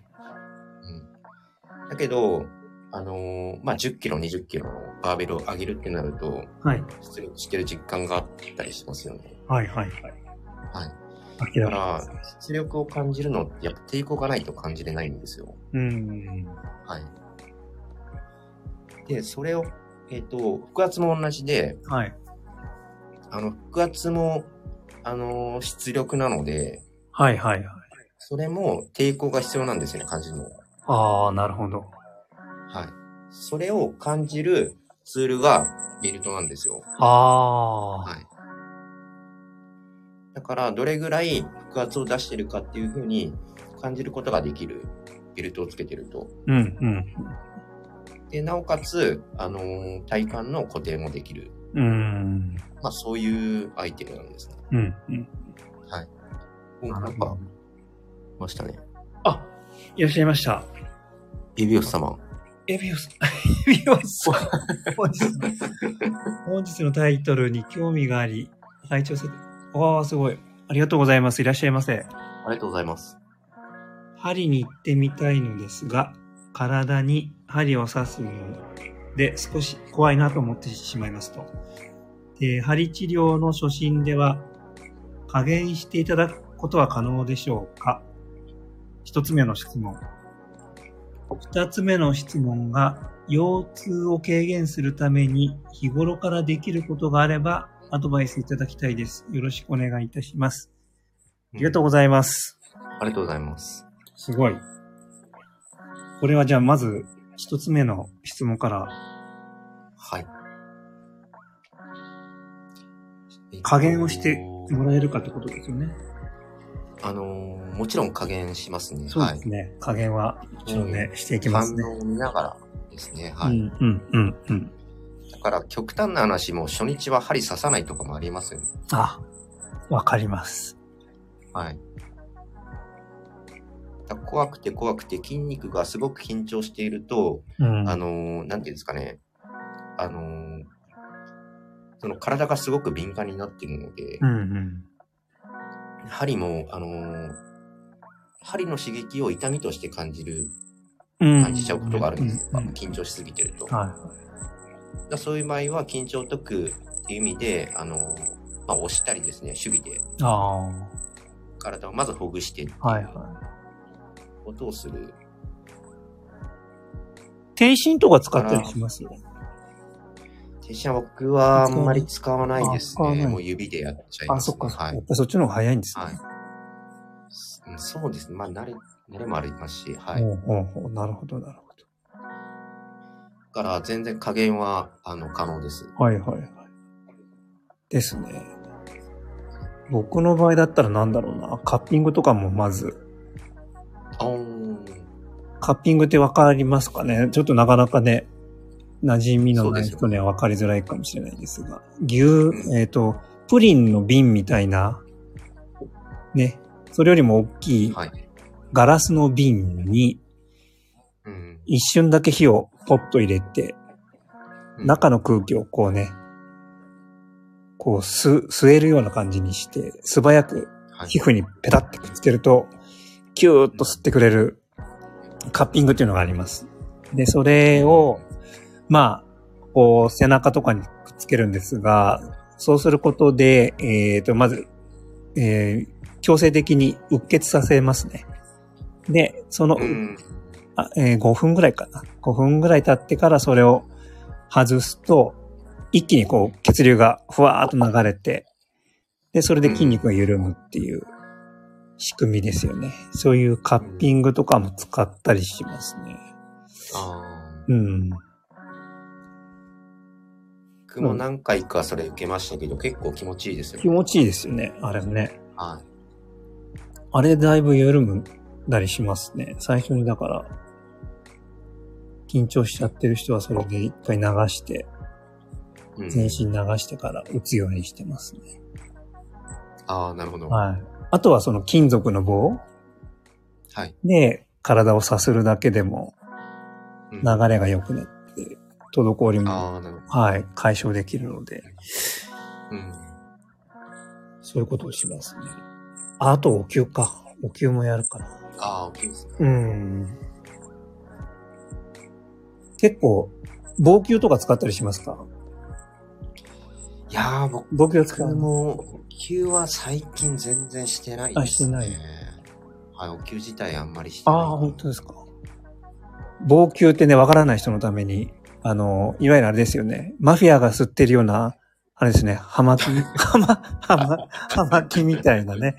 S2: だけど、あのーまあ、10キロ、20キロのバーベルを上げるってなると、
S1: はい。
S2: 出力してる実感があったりしますよね。
S1: はい、はい、はい。
S2: はい。
S1: 明
S2: だからら、出力を感じるのって、やっぱ抵抗がないと感じれないんですよ。
S1: め。うん。
S2: はい。で、それを、えっ、と、腹圧も同じで、
S1: はい。
S2: あの、腹圧も、あのー出力なので、
S1: はい、はい、はい。
S2: それも抵抗が必要なんですよね、感じるのは。
S1: ああ、なるほど。
S2: はい。それを感じるツールがベルトなんですよ。
S1: ああ。
S2: はい。だから、どれぐらい腹圧を出してるかっていうふうに感じることができる。ベルトをつけてると。
S1: うん、うん。
S2: で、なおかつ、あのー体幹の固定もできる。
S1: うん。
S2: まあ、そういうアイテムなんですね。
S1: うん、うん。
S2: 今回は、ましたね。
S1: あ、いらっしゃいました。
S2: 指を様。
S1: エビオス、 エビオス本日の、本日のタイトルに興味があり、拝聴せ、わあ、すごい。ありがとうございます。いらっしゃいませ。
S2: ありがとうございます。
S1: 針に行ってみたいのですが、体に針を刺すようで少し怖いなと思ってしまいますと。で針治療の初心では加減していただくことは可能でしょうか一つ目の質問。二つ目の質問が、腰痛を軽減するために日頃からできることがあればアドバイスいただきたいです。よろしくお願いいたします。ありがとうございます。
S2: ありがとうございます。
S1: すごい。これはじゃあまず一つ目の質問から、
S2: はい。えっと
S1: 加減をしてもらえるかってことですよね。
S2: あのー、もちろん加減しますね。
S1: そうで
S2: は
S1: すね。加減は、もちろんね、していき
S2: い。
S1: ますね。
S2: 反応を見ながらですね。はい。
S1: うん、うん、うん、うん。
S2: だから極端な話も初日は針刺さないとかもありますよね。
S1: あ、わかります。
S2: はい。だから怖くて怖くて筋肉がすごく緊張していると、
S1: うん。
S2: あのー、なんていうんですかね。あのー、その体がすごく敏感になっているので、
S1: うん、うん。
S2: 針も、あのー針の刺激を痛みとして感じる、
S1: うん
S2: 感じちゃうことがあるんですよ。
S1: うう
S2: まあ緊張しすぎてると。だか
S1: は
S2: らそういう場合は緊張を解くっていう意味で、あのーまあ、押したりですね、手技で
S1: い。ああ、
S2: 体をまずほぐしてっていう
S1: はい、は
S2: ことをする。
S1: い。低心とか使ったりします
S2: 手品は僕はあんまり使わないです
S1: あ使わない
S2: ね。もう指でやっちゃい
S1: あ、
S2: ま
S1: そ
S2: す、ね。
S1: っか、そっか。
S2: は
S1: や
S2: い
S1: っ。ぱそっちの方が早いんですね。
S2: はい。うんそうですね。まあ、慣れ、慣れもありますし、はい。だ
S1: ほうほうほう。なるほど、なるほ
S2: から全然加減は、あの、可能です。
S1: ど。はい、はい、はい。ですね。僕の場合だったらなんだろうな。カッピングとかもまず、
S2: あー
S1: カッピングってわかりますかねちょっとなかなかね、馴染みのない
S2: そ
S1: 人
S2: うです
S1: にはわかりづらいかもしれないですが、牛
S2: ん、
S1: えっ、と、プリンの瓶みたいな、ね、それよりも大きい
S2: はい。
S1: ガラスの瓶に
S2: うん。
S1: 一瞬だけ火をポッと入れて、
S2: うん
S1: 中の空気をこうね、こう吸、吸えるような感じにして、素早く
S2: はい
S1: 皮膚にペタってくっつけると、キューッと吸ってくれるカッピングっていうのがあります。で、それを、まあ、こう、背中とかにくっつけるんですが、そうすることで、えっ、と、まず、えー強制的にうっ血させますね。で、その、
S2: うん。
S1: あえー5分ぐらいかな。5分ぐらい経ってからそれを外すと、一気にこう血流がふわーっと流れて、で、それで筋肉が緩むっていう仕組みですよね。そういうカッピングとかも使ったりしますね。
S2: あー
S1: うん。
S2: 僕も何回かそれ受けましたけど、結構気持ちいいですよ。
S1: 気持ちいいですよね。あれね。
S2: はい。
S1: あれだいぶ緩むだりしますね。最初にだから、緊張しちゃってる人はそれで一回流して、
S2: うん
S1: 全身流してから打つようにしてますね。
S2: ああ、なるほど。は
S1: はい。あとはその金属の棒
S2: い。
S1: で体をさするだけでも
S2: うん
S1: 流れが良くなって、滞りも、
S2: ああ、なるほど。
S1: はい、解消できるので、
S2: うん。
S1: そういうことをしますね。ああと、お灸か。お灸もやるかな。
S2: ああ、大きいですね。
S1: うん。結構、棒灸とか使ったりしますか
S2: いやー、
S1: 棒
S2: 僕
S1: 灸は使う
S2: も、お灸は最近全然してないです、ね。
S1: あしてない。
S2: はい、お灸自体あんまりしてない。
S1: ああ、本当ですか。棒球ってね、わからない人のために、あの、いわゆるあれですよね。マフィアが吸ってるような、あれですね、葉 巻、葉巻、葉巻、葉巻みたいなね。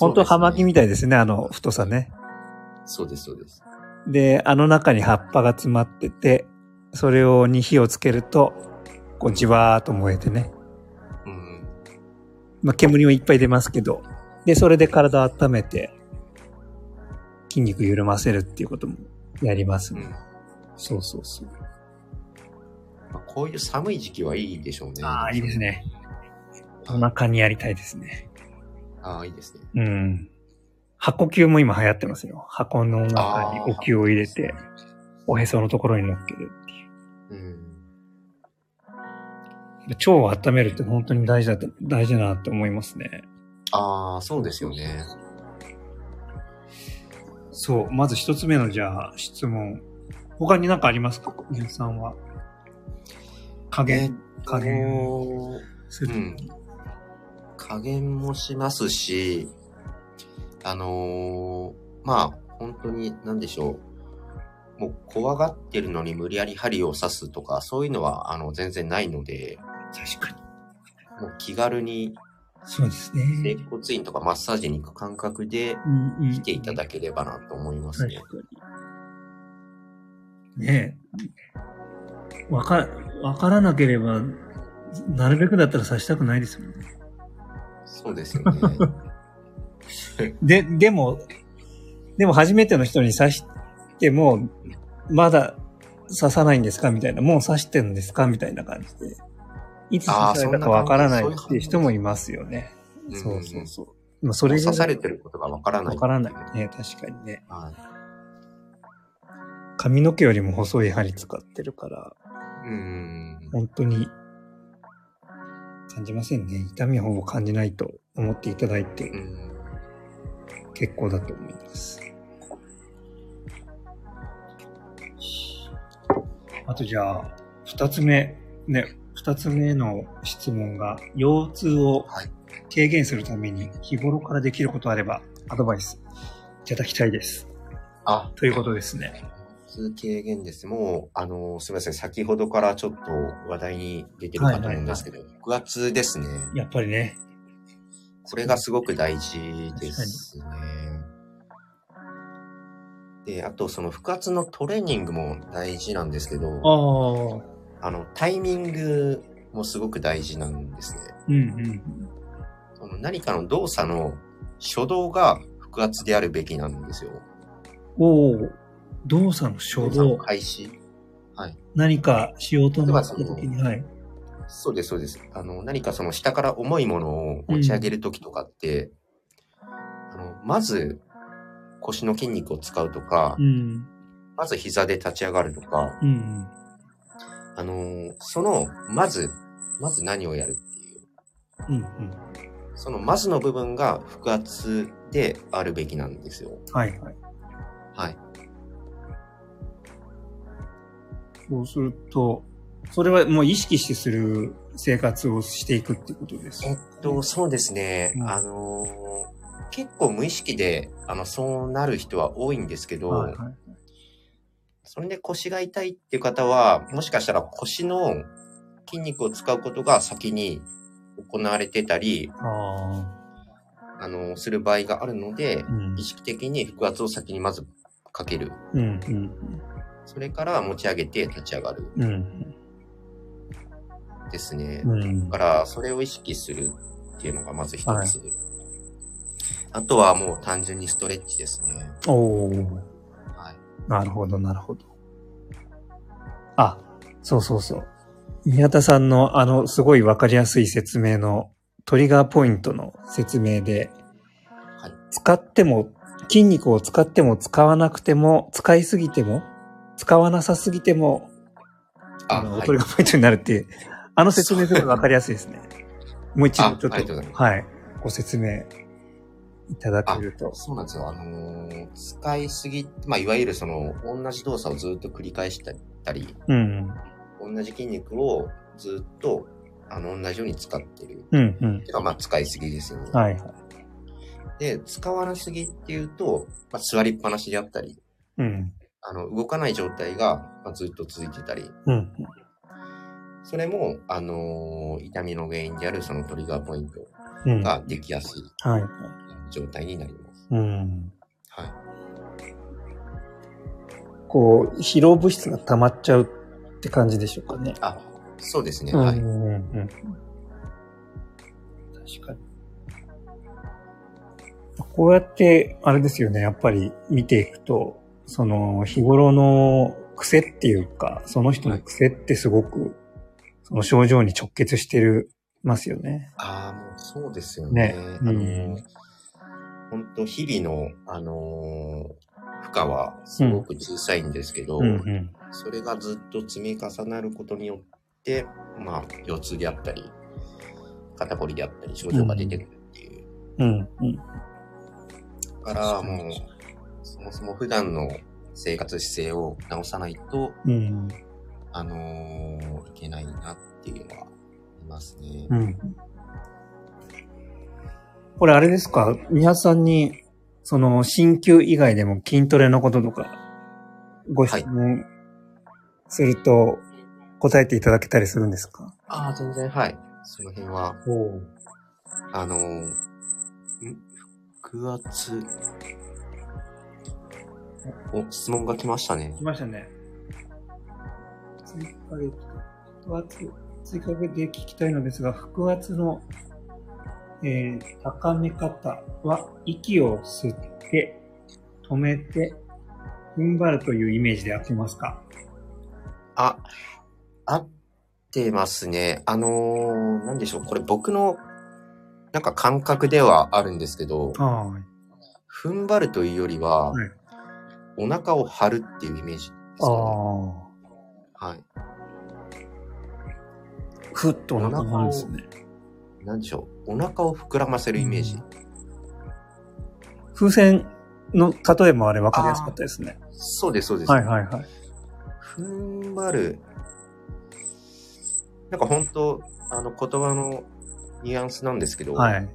S1: 本当葉巻み
S2: い。
S1: たいですね、あの太さね。
S2: そうです、そうです。
S1: で、あの中に葉っぱが詰まってて、それをに火をつけると、こうじわーっと燃えてね。
S2: うん。
S1: まあ、煙もいっぱい出ますけど。で、それで体を温めて、筋肉緩ませるっていうこともやります
S2: う
S1: ね。
S2: ん。ま
S1: そうそうそう。
S2: あ、こういう寒い時期はいいでしょうね。
S1: ああ、いいですね。
S2: はい。
S1: 夜中にやりたいですね。
S2: ああ、いいですね。
S1: うん。箱球も今流行ってますよ。箱の中にお球を入れて、おへそのところに乗っけるっていう。
S2: うん。
S1: 腸を温めるって本当に大事だと、大事だなって思いますね。
S2: ああ、そうですよね。
S1: そう、まず一つ目のじゃあ質問。他に何かありますか皆さんは。加減、加減を
S2: おー
S1: する。
S2: うん加減もしますし、あのーまあ、本当に何でしょう。もう怖がってるのに無理やり針を刺すとか、そういうのは、あの、全然ないので、
S1: 確かに。
S2: もう気軽に、
S1: そうです
S2: 整
S1: ね。
S2: 骨院とかマッサージに行く感覚で
S1: うんうん
S2: 来ていただければなと思いますね。
S1: 確かに。ねえ。わか、わからなければ、なるべくだったら刺したくないですもんね。
S2: そうですよね。
S1: で、でも、でも初めての人に刺しても、まだ刺さないんですかみたいな、もう刺してるんですかみたいな感じで。いつ刺されたかわからないっていう人もいますよね。
S2: うん。
S1: そうそうそうう。まあ、それ
S2: 刺
S1: ぐら
S2: され
S1: い
S2: てることがわからない。
S1: わからないね、確かにね。
S2: はい。
S1: 髪の毛よりも細い針使ってるから、
S2: うん。
S1: 本当に感じませんね。痛みはほぼ感じないと思っていただいて
S2: うん
S1: 結構だと思います。あとじゃあ、二つ目、ね、二つ目の質問が、腰痛を
S2: はい
S1: 軽減するために日頃からできることあればアドバイスいただきたいです。
S2: あ、
S1: ということですね。
S2: 普通軽減です。もう、あの、すみません。先ほどからちょっと話題に出てるかと思うんですけど、腹圧ですね。
S1: やっぱりね、
S2: これがすごく大事ですね。で、あと、その腹圧のトレーニングも大事なんですけど、
S1: ああ、
S2: あの、タイミングもすごく大事なんですね。
S1: うんうん。
S2: その何かの動作の初動が腹圧であるべきなんですよ。
S1: おお、動作の衝
S2: 動作の
S1: 動、
S2: 開始。
S1: 何かしようと思った
S2: 例えばその
S1: 時に、はい。
S2: そうです、そうです。あの、何かその下から重いものを持ち上げるときとかって、あの、まず腰の筋肉を使うとか、
S1: うん、
S2: まず膝で立ち上がるとか、
S1: うん、
S2: あのーその、まず、まず何をやるってい
S1: う
S2: う、
S1: ん、うん。
S2: そのまずの部分が腹圧であるべきなんですよ。
S1: はいはい。
S2: はい。
S1: そうすると、それはもう意識してする生活をしていくってことです。
S2: えっと、そうですね。
S1: うん
S2: あのー結構無意識で、あの、そうなる人は多いんですけど、
S1: はいはい。
S2: それで腰が痛いっていう方は、もしかしたら腰の筋肉を使うことが先に行われてたり、
S1: あ
S2: あの、する場合があるので
S1: あ、う、ん
S2: 意。識的に腹圧を先にまずかける。
S1: うん、うん、
S2: それから持ち上げて立ち上がる
S1: うん、
S2: ですね。
S1: うん
S2: だか。ら、それを意識するっていうのがまず一つ。あとはもう単純にストレッチですね。
S1: おお、
S2: はい。
S1: なるほど、なるほど。あ、そうそうそう。宮田さんのあの、すごいわかりやすい説明の、トリガーポイントの説明で、
S2: はい
S1: 使っても、筋肉を使っても使わなくても、使いすぎても、使わなさすぎても、あの、
S2: はい
S1: トリガーポイントになるっていう、あの説明すごいわかりやすいですね。もう一度
S2: あ
S1: ちょ
S2: ありがとう
S1: っ
S2: ござい
S1: と、はい、ご説明いただけると。
S2: そうなんですよ。あのー使いすぎ、まあ、いわゆるその、同じ動作をずっと繰り返したり、
S1: うん、
S2: 同じ筋肉をずっと、あの、同じように使ってる。
S1: うん、うん。
S2: てか、まあ、使いすぎですよね。
S1: はい、はい。
S2: で、使わなすぎっていうと、まあ、座りっぱなしであったり、
S1: うん、
S2: あの、動かない状態が、まあ、ずっと続いてたり、
S1: うん。
S2: それも、あのー痛みの原因であるそのトリガーポイント
S1: うん。は
S2: ができやすい
S1: い。
S2: 状態になります。
S1: うん。
S2: はい。
S1: こう、疲労物質が溜まっちゃうって感じでしょうかね。
S2: あ、そうですね。はい。
S1: うんうんうん。確かに。こうやって、あれですよね、やっぱり見ていくと、その、日頃の癖っていうか、その人の癖ってすごく、その症状に直結してる、ますよね。
S2: ああ、もうそうですよ
S1: ね
S2: ね。あの
S1: う
S2: ー
S1: ん、
S2: 本当日々の、あのー負荷はすごく小さいんですけど、
S1: うんうん。
S2: それがずっと積み重なることによって、まあ、腰痛であったり、肩こりであったり、症状が出てくるっていう
S1: うん。うん。
S2: だから、もう、そもそも普段の生活姿勢を直さないと、
S1: うん。
S2: あのーいけないなっていうのは、いますね。
S1: うん。これあれですか宮田さんに、その、鍼灸以外でも筋トレのこととか、ご質問すると、答えていただけたりするんですか
S2: ああ、全然、はい。その辺は、あのーん腹圧。お、質問が来ましたね
S1: 来。ましたね。追加で、腹圧、追加で聞きたいのですが、腹圧の、えー高め方は、息を吸って、止めて、踏ん張るというイメージで合ってますか
S2: あ、合ってますね。あのー、なんでしょう。これ僕の、なんか感覚ではあるんですけど、
S1: はい。
S2: 踏ん張るというよりは、
S1: はい
S2: お腹を張るっていうイメージです
S1: あ
S2: か
S1: あ。
S2: ね。はい。
S1: ふっとお腹があるんですね。
S2: なんでしょう。お腹を膨らませるイメージ。
S1: 風船の例えもあれ分かりやすかったですね。
S2: そうです、そうです。
S1: はいはいはい。
S2: 踏ん張る。なんか本当、あの言葉のニュアンスなんですけど、
S1: はい。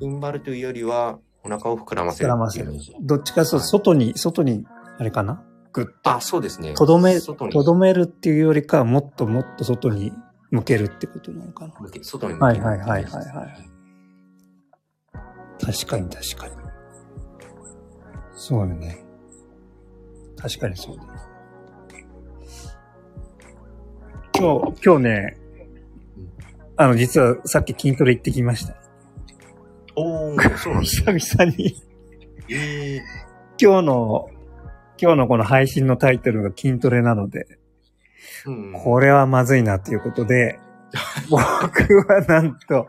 S2: 踏ん張るというよりは、お腹を膨らませ
S1: 膨
S2: る
S1: らま
S2: ってい
S1: せ
S2: うイ
S1: る
S2: メージ。。
S1: どっちかそう、外に、外に、あれかなぐっと。
S2: あ、そうですね。
S1: とどめ、
S2: 外に
S1: とどめるっていうよりかは、もっともっと外に向けるってことなのかな。
S2: 向け外に向ける
S1: はいはいはいはいはい
S2: イメージです
S1: 確かに確かに。そうよね。確かにそうだ。今日、今日ね
S2: うん、
S1: あの、実はさっき筋トレ行ってきました。
S2: おー、そうなんです
S1: 久
S2: ね。
S1: 々に。
S2: えー
S1: 今日の、今日のこの配信のタイトルが筋トレなので、
S2: うん、
S1: これはまずいなということ で、僕はなんと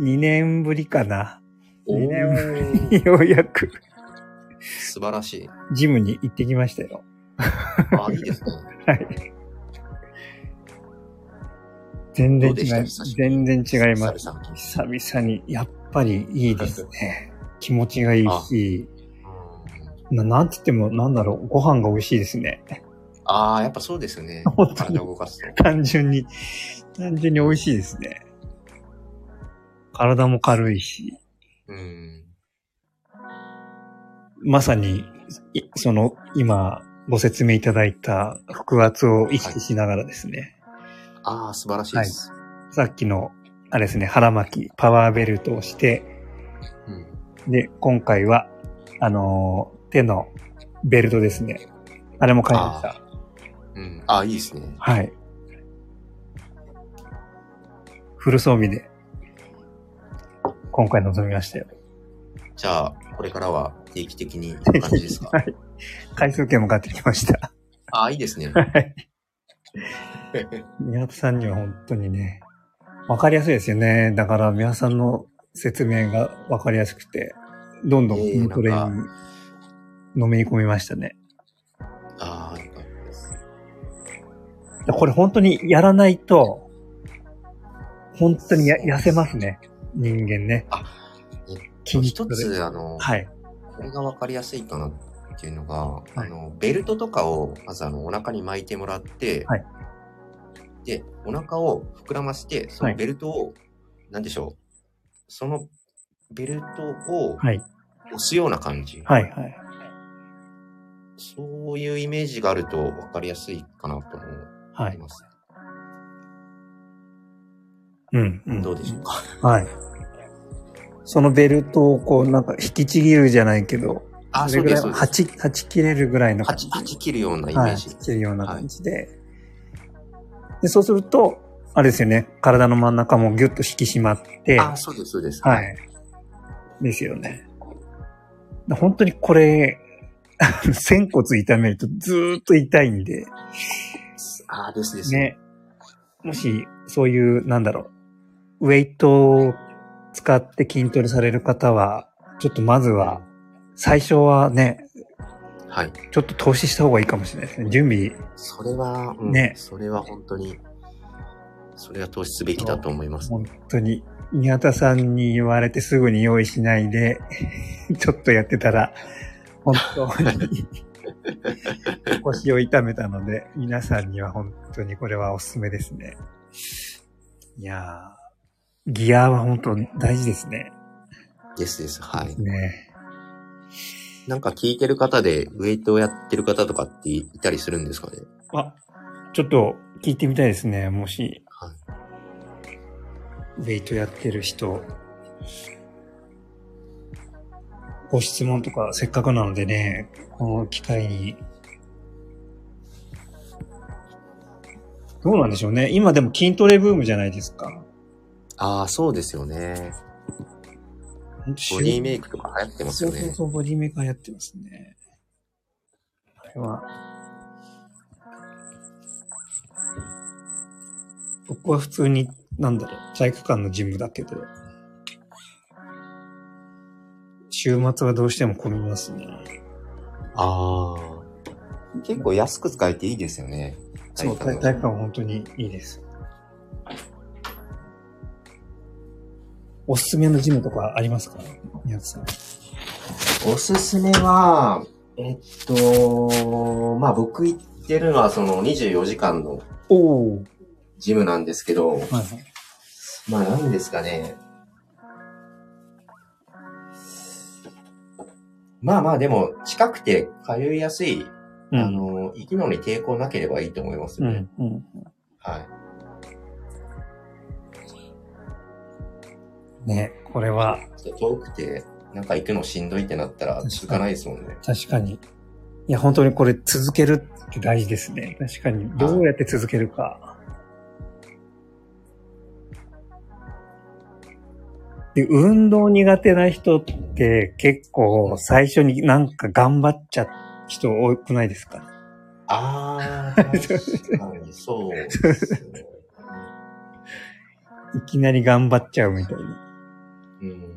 S1: 2年ぶりかな。
S2: お
S1: 二年
S2: ー
S1: ようやく
S2: 素晴らしい。
S1: ジムに行ってきましたよ。
S2: あ、いいですね。
S1: はい。全然違
S2: どうでした
S1: い
S2: 久し、ぶり
S1: 全然違います。
S2: 久々に
S1: 久々に、やっぱりいいですね。気持ちがいいし、
S2: うん
S1: ななんつってもなんだろう、ご飯が美味しいですね。
S2: ああ、やっぱそうですよね。
S1: 本当に
S2: 体を動かすと。
S1: 単純に、単純に美味しいですね。体も軽いし、
S2: うん。
S1: まさに、いその、今、ご説明いただいた腹圧を意識しながらですね、
S2: ああ、素晴らしいです。
S1: さっきの、あれですね、腹巻き、パワーベルトをして、
S2: うん
S1: で、今回は、あのー手のベルトですね。あれも買いました。
S2: うん。ああ、いいですね。
S1: はい。フル装備で、今回臨みましたよ。。
S2: じゃあ、これからは定期的にって感じですか
S1: はい。回数券も買ってきました。
S2: ああ、いいですね。
S1: はい。宮田さんには本当にね、わかりやすいですよね。だから宮田さんの説明がわかりやすくて、どんどん
S2: ええ
S1: 筋トレに
S2: なん
S1: のめり込みましたね。
S2: ああ、よかったです。
S1: これ本当にやらないと、本当にや痩せますね。人間ね
S2: あ。
S1: 筋
S2: 一
S1: トレ。
S2: つ、あの、
S1: はい。
S2: これがわかりやすいかなっていうのが、
S1: い
S2: あの、ベルトとかを、まずあの、お腹に巻いてもらって、
S1: はい
S2: で、お腹を膨らまして、そ
S1: は
S2: の
S1: い
S2: ベルトを、なんでしょう、そのベルトを
S1: はい。
S2: 押すような感じ。
S1: はい。はい。
S2: そういうイメージがあるとわかりやすいかなと
S1: は
S2: 思い
S1: い。
S2: ます。
S1: うん。うん
S2: どうでしょうか。
S1: はい。そのベルトをこう、なんか引きちぎるじゃないけど、
S2: あ、
S1: そ
S2: そ
S1: れ
S2: う
S1: ぐ
S2: で
S1: らい
S2: す、そう
S1: は
S2: です。
S1: ち、はち切れるぐらいの
S2: は
S1: 感
S2: ち
S1: じ。
S2: はち切るようなイメ
S1: は
S2: ー
S1: い、
S2: ジ。
S1: 切るような感じで。で、そうすると、あれですよね、体の真ん中もギュッと引き締まって、
S2: あ、そうです、そうです。
S1: はい。ですよね。だ本当にこれ、 あの仙骨痛めるとずーっと痛いんで、
S2: あ、ですです。
S1: ね。もし、そういう、なんだろう、ウェイトを使って筋トレされる方は、ちょっとまずは、最初はね、
S2: はい。
S1: ちょっと投資した方がいいかもしれないですね。準備、
S2: それは、うん
S1: ね
S2: それは本当に、それは投資すべきだと思います。
S1: 本当に宮田さんに言われてすぐに用意しないで、 ちょっとやってたら、本当に腰を痛めたので、皆さんには本当にこれはおすすめですね。いやー、ギアは本当大事ですね。
S2: ですです。はい。
S1: ね
S2: なんか聞いてる方で、ウェイトをやってる方とかっていたりするんですかね
S1: あ、ちょっと聞いてみたいですね。もし、
S2: はい。
S1: ウェイトやってる人。ご質問とかせっかくなのでね、この機会に。どうなんでしょうね。今でも筋トレブームじゃないですか。
S2: ああ、そうですよね。ボディメイクとか流行ってますよ
S1: そうそう
S2: ね。
S1: そう、ボディメーカーやってますね。あれは。僕は普通に、なんだろう、体育館のジムだけど、週末はどうしても混みますね。
S2: ああ。結構安く使えていいですよね。
S1: そう、体
S2: 体
S1: 育
S2: 感
S1: 館は本当にいいです。おすすめのジムとかありますか宮津さん。
S2: おすすめは、えっと、まあ僕行ってるのはその24時間の
S1: おお。
S2: ジムなんですけど、
S1: はいはい。
S2: まあ何ですかね。まあまあでも近くて通いやすい、
S1: うん
S2: あ、の、行くのに抵抗なければいいと思います
S1: う
S2: ね。
S1: ん、うん。
S2: はい。
S1: ね、これは
S2: 遠くて、なんか行くのしんどいってなったら続かないですもんね。
S1: 確かに。いや、本当にこれ続けるって大事ですね。確かに。どうやって続けるか。で、運動苦手な人って結構最初になんか頑張っちゃう人多くないですか
S2: ああ、確かに、そうですね。
S1: いきなり頑張っちゃうみたいな。
S2: うんだか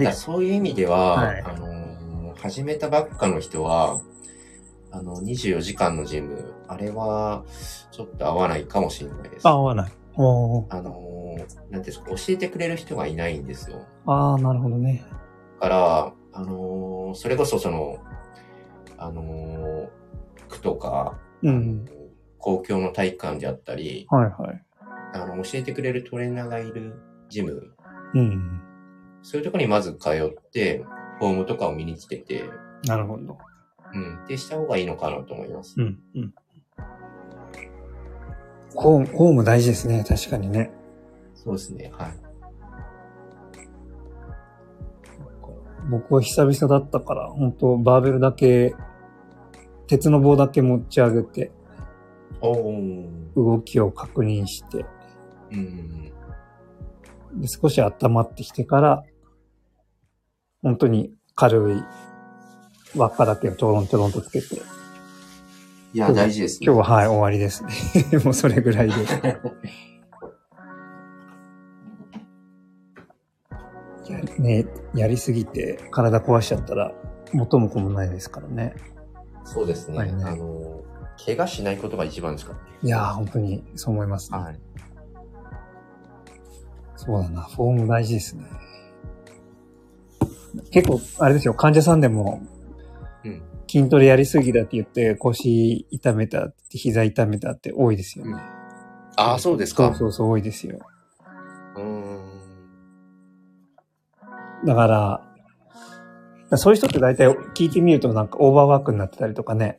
S1: で
S2: ら、そういう意味では、
S1: はい
S2: あのー始めたばっかの人は、あの、24時間のジム、あれは、ちょっと合わないかもしれないです。
S1: 合わない。おー
S2: あのーなんていうんですか、教えてくれる人がいないんですよ。
S1: ああ、なるほどね。
S2: だから、あのーそれこそその、あのー区とか、
S1: うん。
S2: 公共の体育館であったり、
S1: はいはい。
S2: あの、教えてくれるトレーナーがいるジム、
S1: うん。
S2: そういうところにまず通って、フォームとかを身につけて、
S1: なるほど。
S2: うん、ってした方がいいのかなと思います。
S1: うん。うん。ホーム、ホーム大事ですね。確かにね。
S2: そうですね、はい。
S1: 僕は久々だったから、本当バーベルだけ、鉄の棒だけ持ち上げて、
S2: おー、
S1: 動きを確認して、
S2: うん、
S1: で少し温まってきてから、本当に軽い輪っかだけをちょろんちょろんとつけて、
S2: いや、大事ですね。
S1: 今日ははい、終わりです ね。もうそれぐら いで。やね、やりすぎて体壊しちゃったら元も子もないですからね。
S2: そうですね、
S1: はいはい
S2: あのー怪我しないことが一番ですからね。
S1: いやー、本当にそう思います、ね。
S2: はい。
S1: そうだな。フォーム大事ですね。結構、あれですよ、患者さんでも
S2: うん。
S1: 筋トレやりすぎだって言って腰痛めたって、膝痛めたって多いですよね。
S2: ああ、そうですか。
S1: そうそうそう、多いですよ。
S2: うーん。
S1: だから、そういう人って大体聞いてみるとなんかオーバーワークになってたりとかね、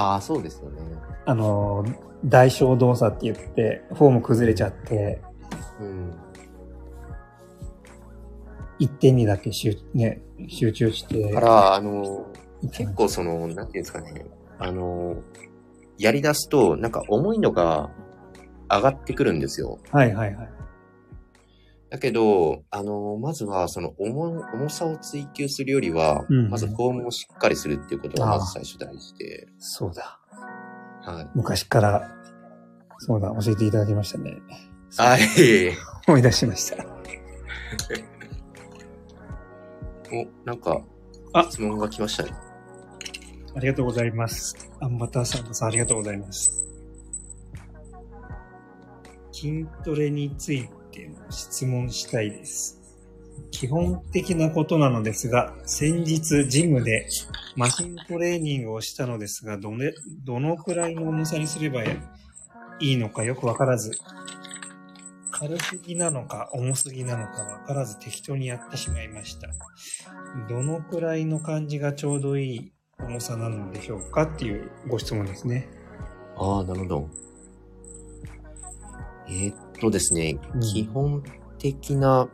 S2: ああ、そうですよね。
S1: あの、代償動作って言って、フォーム崩れちゃって、
S2: うん。
S1: 一点にだけ集,、ね、集中して、
S2: だから、あのー結構その、なんていうんですかね、あの、やり出すと、なんか重いのが上がってくるんですよ。
S1: はいはいはい。
S2: だけど、あの、まずはその重重さを追求するよりは、
S1: うん
S2: まずフォームをしっかりするっていうことがまず最初大事で、
S1: そうだ。
S2: はい。
S1: 昔から、そうだ、教えていただきましたね。
S2: はいえいえ。
S1: 思い出しました。
S2: お、なんか
S1: あ、
S2: 質問が来ましたね。
S1: ありがとうございます。アンバターサンドさん、ありがとうございます。筋トレについっていうのを質問したいです。基本的なことなのですが、先日ジムでマシントレーニングをしたのですが、どれ、どのくらいの重さにすればいいのかよくわからず、軽すぎなのか重すぎなのかわからず適当にやってしまいました。どのくらいの感じがちょうどいい重さなのでしょうかっていうご質問ですね。
S2: ああ、なるほど。えーっとですね、
S1: うん
S2: 基本的な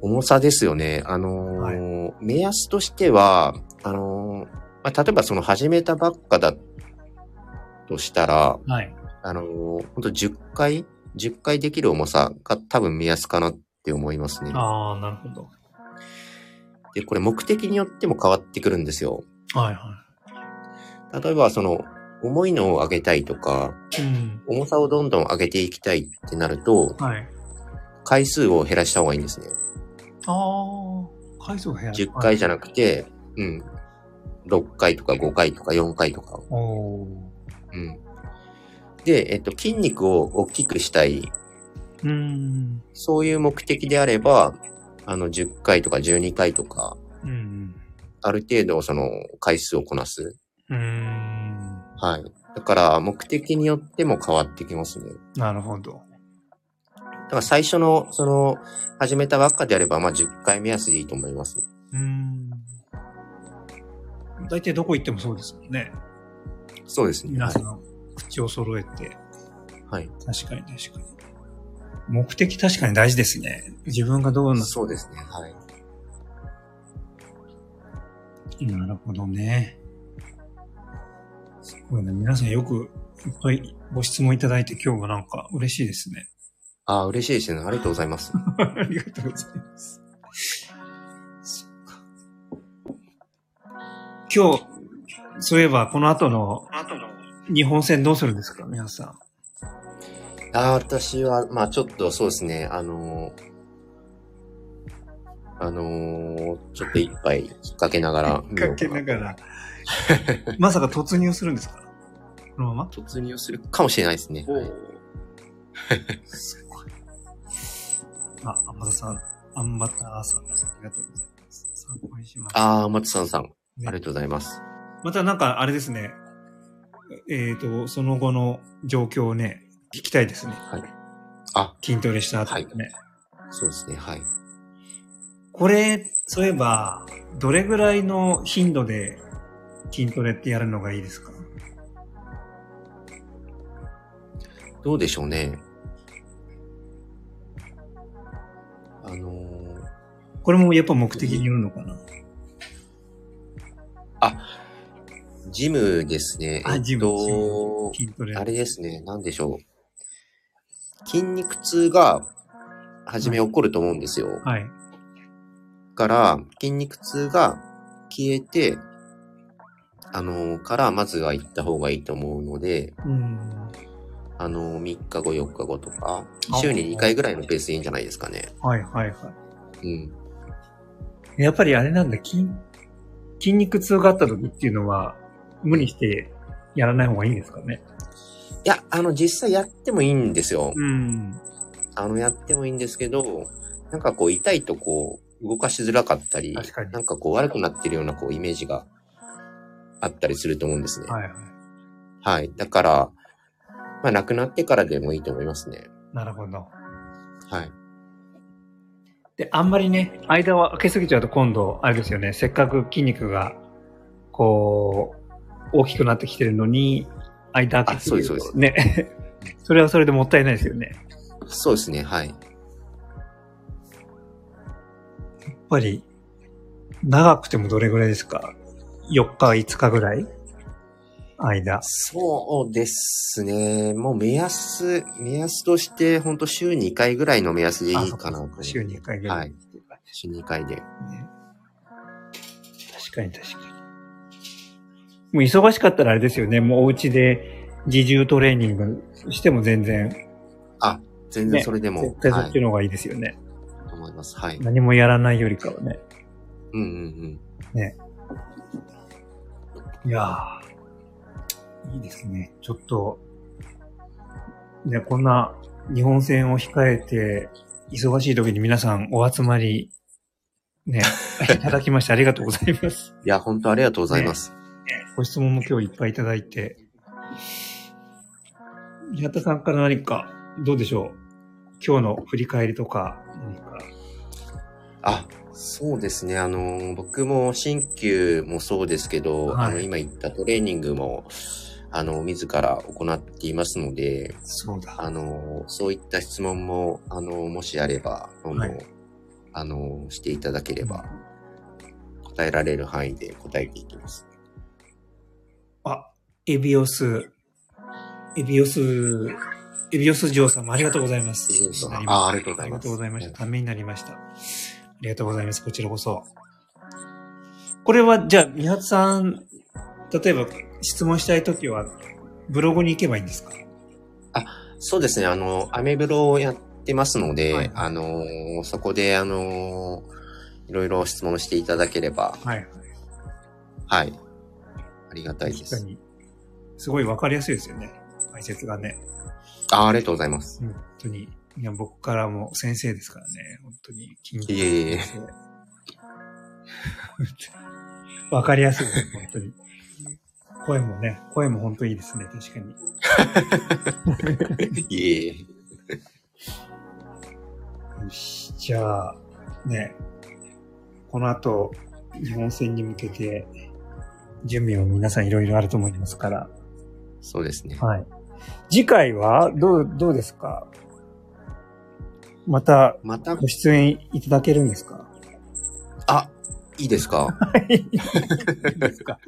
S2: 重さですよね。あのー目安としては、あのーまあ、例えばその始めたばっかだとしたら、
S1: はい。
S2: あのー、本当10回、10回できる重さが多分目安かなって思いますね。
S1: ああ、なるほど。
S2: で、これ目的によっても変わってくるんですよ。
S1: はいは
S2: 例えば、その、重いのを上げたいとか、
S1: い。うん。
S2: 重さをどんどん上げていきたいってなると、
S1: はい。
S2: 回数を減らした方がいいんですね。
S1: ああ、回数が減る。
S2: 10回じゃなくて、うん。6回とか5回とか4回とか。
S1: おお
S2: うん。で、えっと、筋肉を大きくしたい。
S1: ー。うーん。
S2: そういう目的であれば、あの、10回とか12回とか、
S1: うん。
S2: ある程度その回数をこなす。
S1: うーん。
S2: はい。だから、目的によっても変わってきますね。
S1: なるほど。
S2: だから最初の、その、始めたばっかであれば、まあ、10回目安でいいと思いますね。
S1: うーん。大体どこ行ってもそうですもんね。
S2: そうですね。
S1: 皆
S2: はい
S1: さ。ん、口を揃えて。
S2: はい。
S1: 確かに確かに。目的確かに大事ですね。自分がどうな、
S2: そうですね。はい。
S1: なるほどね。すごいね。皆さんよくいっぱいご質問いただいて今日はなんか嬉しいですね。
S2: ああ、嬉しいですね。ありがとうございます。
S1: ありがとうございます。そっか今日、そういえばこの後の日本戦どうするんですか皆さん。
S2: ああ、私は、まあちょっとそうですね、あのーあのーちょっと一杯引っ掛けながら見よ
S1: か
S2: うか
S1: け
S2: な。
S1: ながら。まさか突入するんですかこのまま
S2: 突入するかもしれないですね。はい
S1: すごい。あ、アンバタさん、アンバターさんです。ありがとうございます。参考にします。
S2: ああ、松さんさん、あり
S1: ね
S2: がとうございます。
S1: またなんかあれですね。えっ、と、その後の状況をね、聞きたいですね。
S2: はい。あ、
S1: 筋トレした後ね。
S2: そうですね、はい。
S1: これ、そういえば、どれぐらいの頻度で筋トレってやるのがいいですか
S2: どうでしょうね。あのー
S1: これもやっぱ目的によるのかな
S2: ジムですね。え
S1: あ、
S2: っ
S1: ジム
S2: と、
S1: 筋トレ。
S2: あれですね、なんでしょう。筋肉痛が、はじめ起こると思うんですよ。
S1: はい。
S2: から、筋肉痛が消えて、あの、から、まずは行った方がいいと思うので、
S1: うん。
S2: あの、3日後、4日後とか
S1: あ、
S2: 週に2回ぐらいのペースでいいんじゃないですかね。
S1: はいはいはい。
S2: うん。
S1: やっぱりあれなんだ、筋、筋肉痛があった時っていうのは、無理してやらない方がいいんですかね。
S2: いや、あの、実際やってもいいんですよ。
S1: うん。
S2: あの、やってもいいんですけど、なんかこう、痛いとこう、動かしづらかったり、
S1: 確かに
S2: なんかこう、悪くなってるようなこう、イメージがあったりすると思うんですね。
S1: はいはい。
S2: はい。だから、まあ、亡くなってからでもいいと思いますね。
S1: なるほど。
S2: はい。
S1: で、あんまりね、間を空けすぎちゃうと今度、あれですよね、せっかく筋肉が、こう、大きくなってきてるのに、間空けすぎると
S2: あそうですそう
S1: ね。 それはそれでもったいないですよね。
S2: そうですね、はい。
S1: やっぱり、長くてもどれぐらいですか ?4 日、5日ぐらい間。
S2: そうですね。もう目安、目安として、本当週2回ぐらいの目安でい
S1: あ
S2: い
S1: そっ
S2: かな。
S1: 週2回ぐら
S2: はいい。。週2回で。
S1: ね確かに確かに。もう忙しかったらあれですよね。もうお家で自重トレーニングしても全然、
S2: 全
S1: ね
S2: 然それでも、
S1: 絶対そ
S2: は
S1: っち
S2: い、
S1: の方がいいですよね。
S2: と思います。はい。
S1: 何もやらないよりかはね。
S2: うんうんうん。
S1: いやー、いいですね。ちょっと、ね、こんな日本戦を控えて、忙しい時に皆さんお集まり、ね、いただきましてありがとうございます。
S2: いや、本当ありがとうございます。
S1: ご質問も今日いっぱいいただいて。宮田さんから何か、どうでしょう今日の振り返りとか、何か。
S2: あ、そうですね。あの、僕も新旧もそうですけど、
S1: はい
S2: あの、今言ったトレーニングも、あの、自ら行っていますので、
S1: そうだ。
S2: あの、そういった質問も、あの、もしあれば、どんどん、
S1: はい
S2: あの、していただければ、答えられる範囲で答えていきます。
S1: あ、エビオス、エビオス、エビオス嬢さんもありがとうございます。
S2: エビオス
S1: なり
S2: あ
S1: ま
S2: ありがとうござ
S1: あ
S2: います
S1: りがとうございました。ためになりました。ありがとうございます。こちらこそ。これは、じゃあ、宮田さん、例えば質問したいときは、ブログに行けばいいんですか
S2: そうですね。あの、アメブロをやってますので、
S1: はい
S2: あの、そこで、あの、いろいろ質問していただければ、
S1: はい。
S2: はい。ありがたいで
S1: 確か
S2: す。
S1: に。すごいわかりやすいですよね。解説がね。
S2: あありがとうございます。
S1: 本当に。いや、僕からも先生ですからね。本当に。緊
S2: いえいえいえ
S1: わかりやすいです、本当に。声もね、声も本当いいですね、確かに。
S2: いえいえ。
S1: よし、じゃあ、ね、この後、日本戦に向けて、準備も皆さんいろいろあると思いますから。
S2: そうですね。
S1: はい。次回は、どう、どうですかまた、
S2: また
S1: ご、出演いただけるんですか
S2: あ、いいですか
S1: いいですか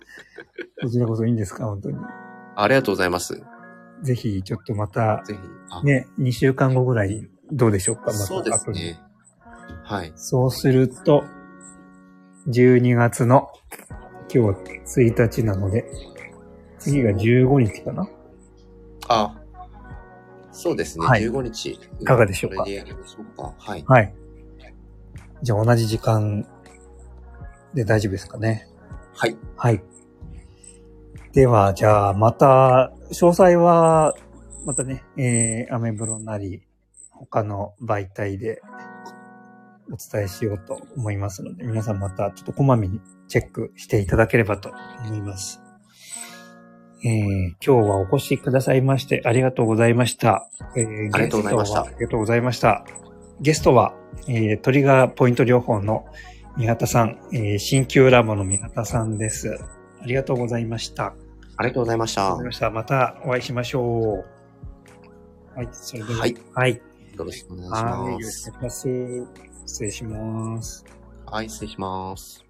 S1: こちらこそいいんですか本当に。
S2: ありがとうございます。
S1: ぜひ、ちょっとまた、
S2: ぜひ。あ
S1: ね、2週間後ぐらい、どうでしょうかまた
S2: そうです
S1: 後に
S2: ね。はい。
S1: そうすると、12月の、今日1日なので、次が15日かな
S2: あ、そうですね。
S1: はい
S2: 15日。い
S1: かがでしょうか
S2: それでやりましょうか。はい。
S1: はい。じゃあ同じ時間で大丈夫ですかね
S2: はい。
S1: はい。では、じゃあまた、詳細は、またね、えー、アメブロなり、他の媒体でお伝えしようと思いますので、皆さんまたちょっとこまめにチェックしていただければと思います。えー、今日はお越しくださいましてありがとうございました。えー
S2: ありがとうございました
S1: ゲストはありがとうございました。ゲストは、えー、トリガーポイント療法の三方さん、えー、新旧ラボの三方さんです。ありがとうございました。
S2: ありがとうございまし
S1: ありがとう
S2: た
S1: ござい。ました。またお会いしましょう。はい、それでは。
S2: はい
S1: はい。
S2: よろしくお願いし
S1: はい、よろ
S2: ま
S1: し
S2: す。
S1: くお願いします。失礼します。
S2: はい、失礼します。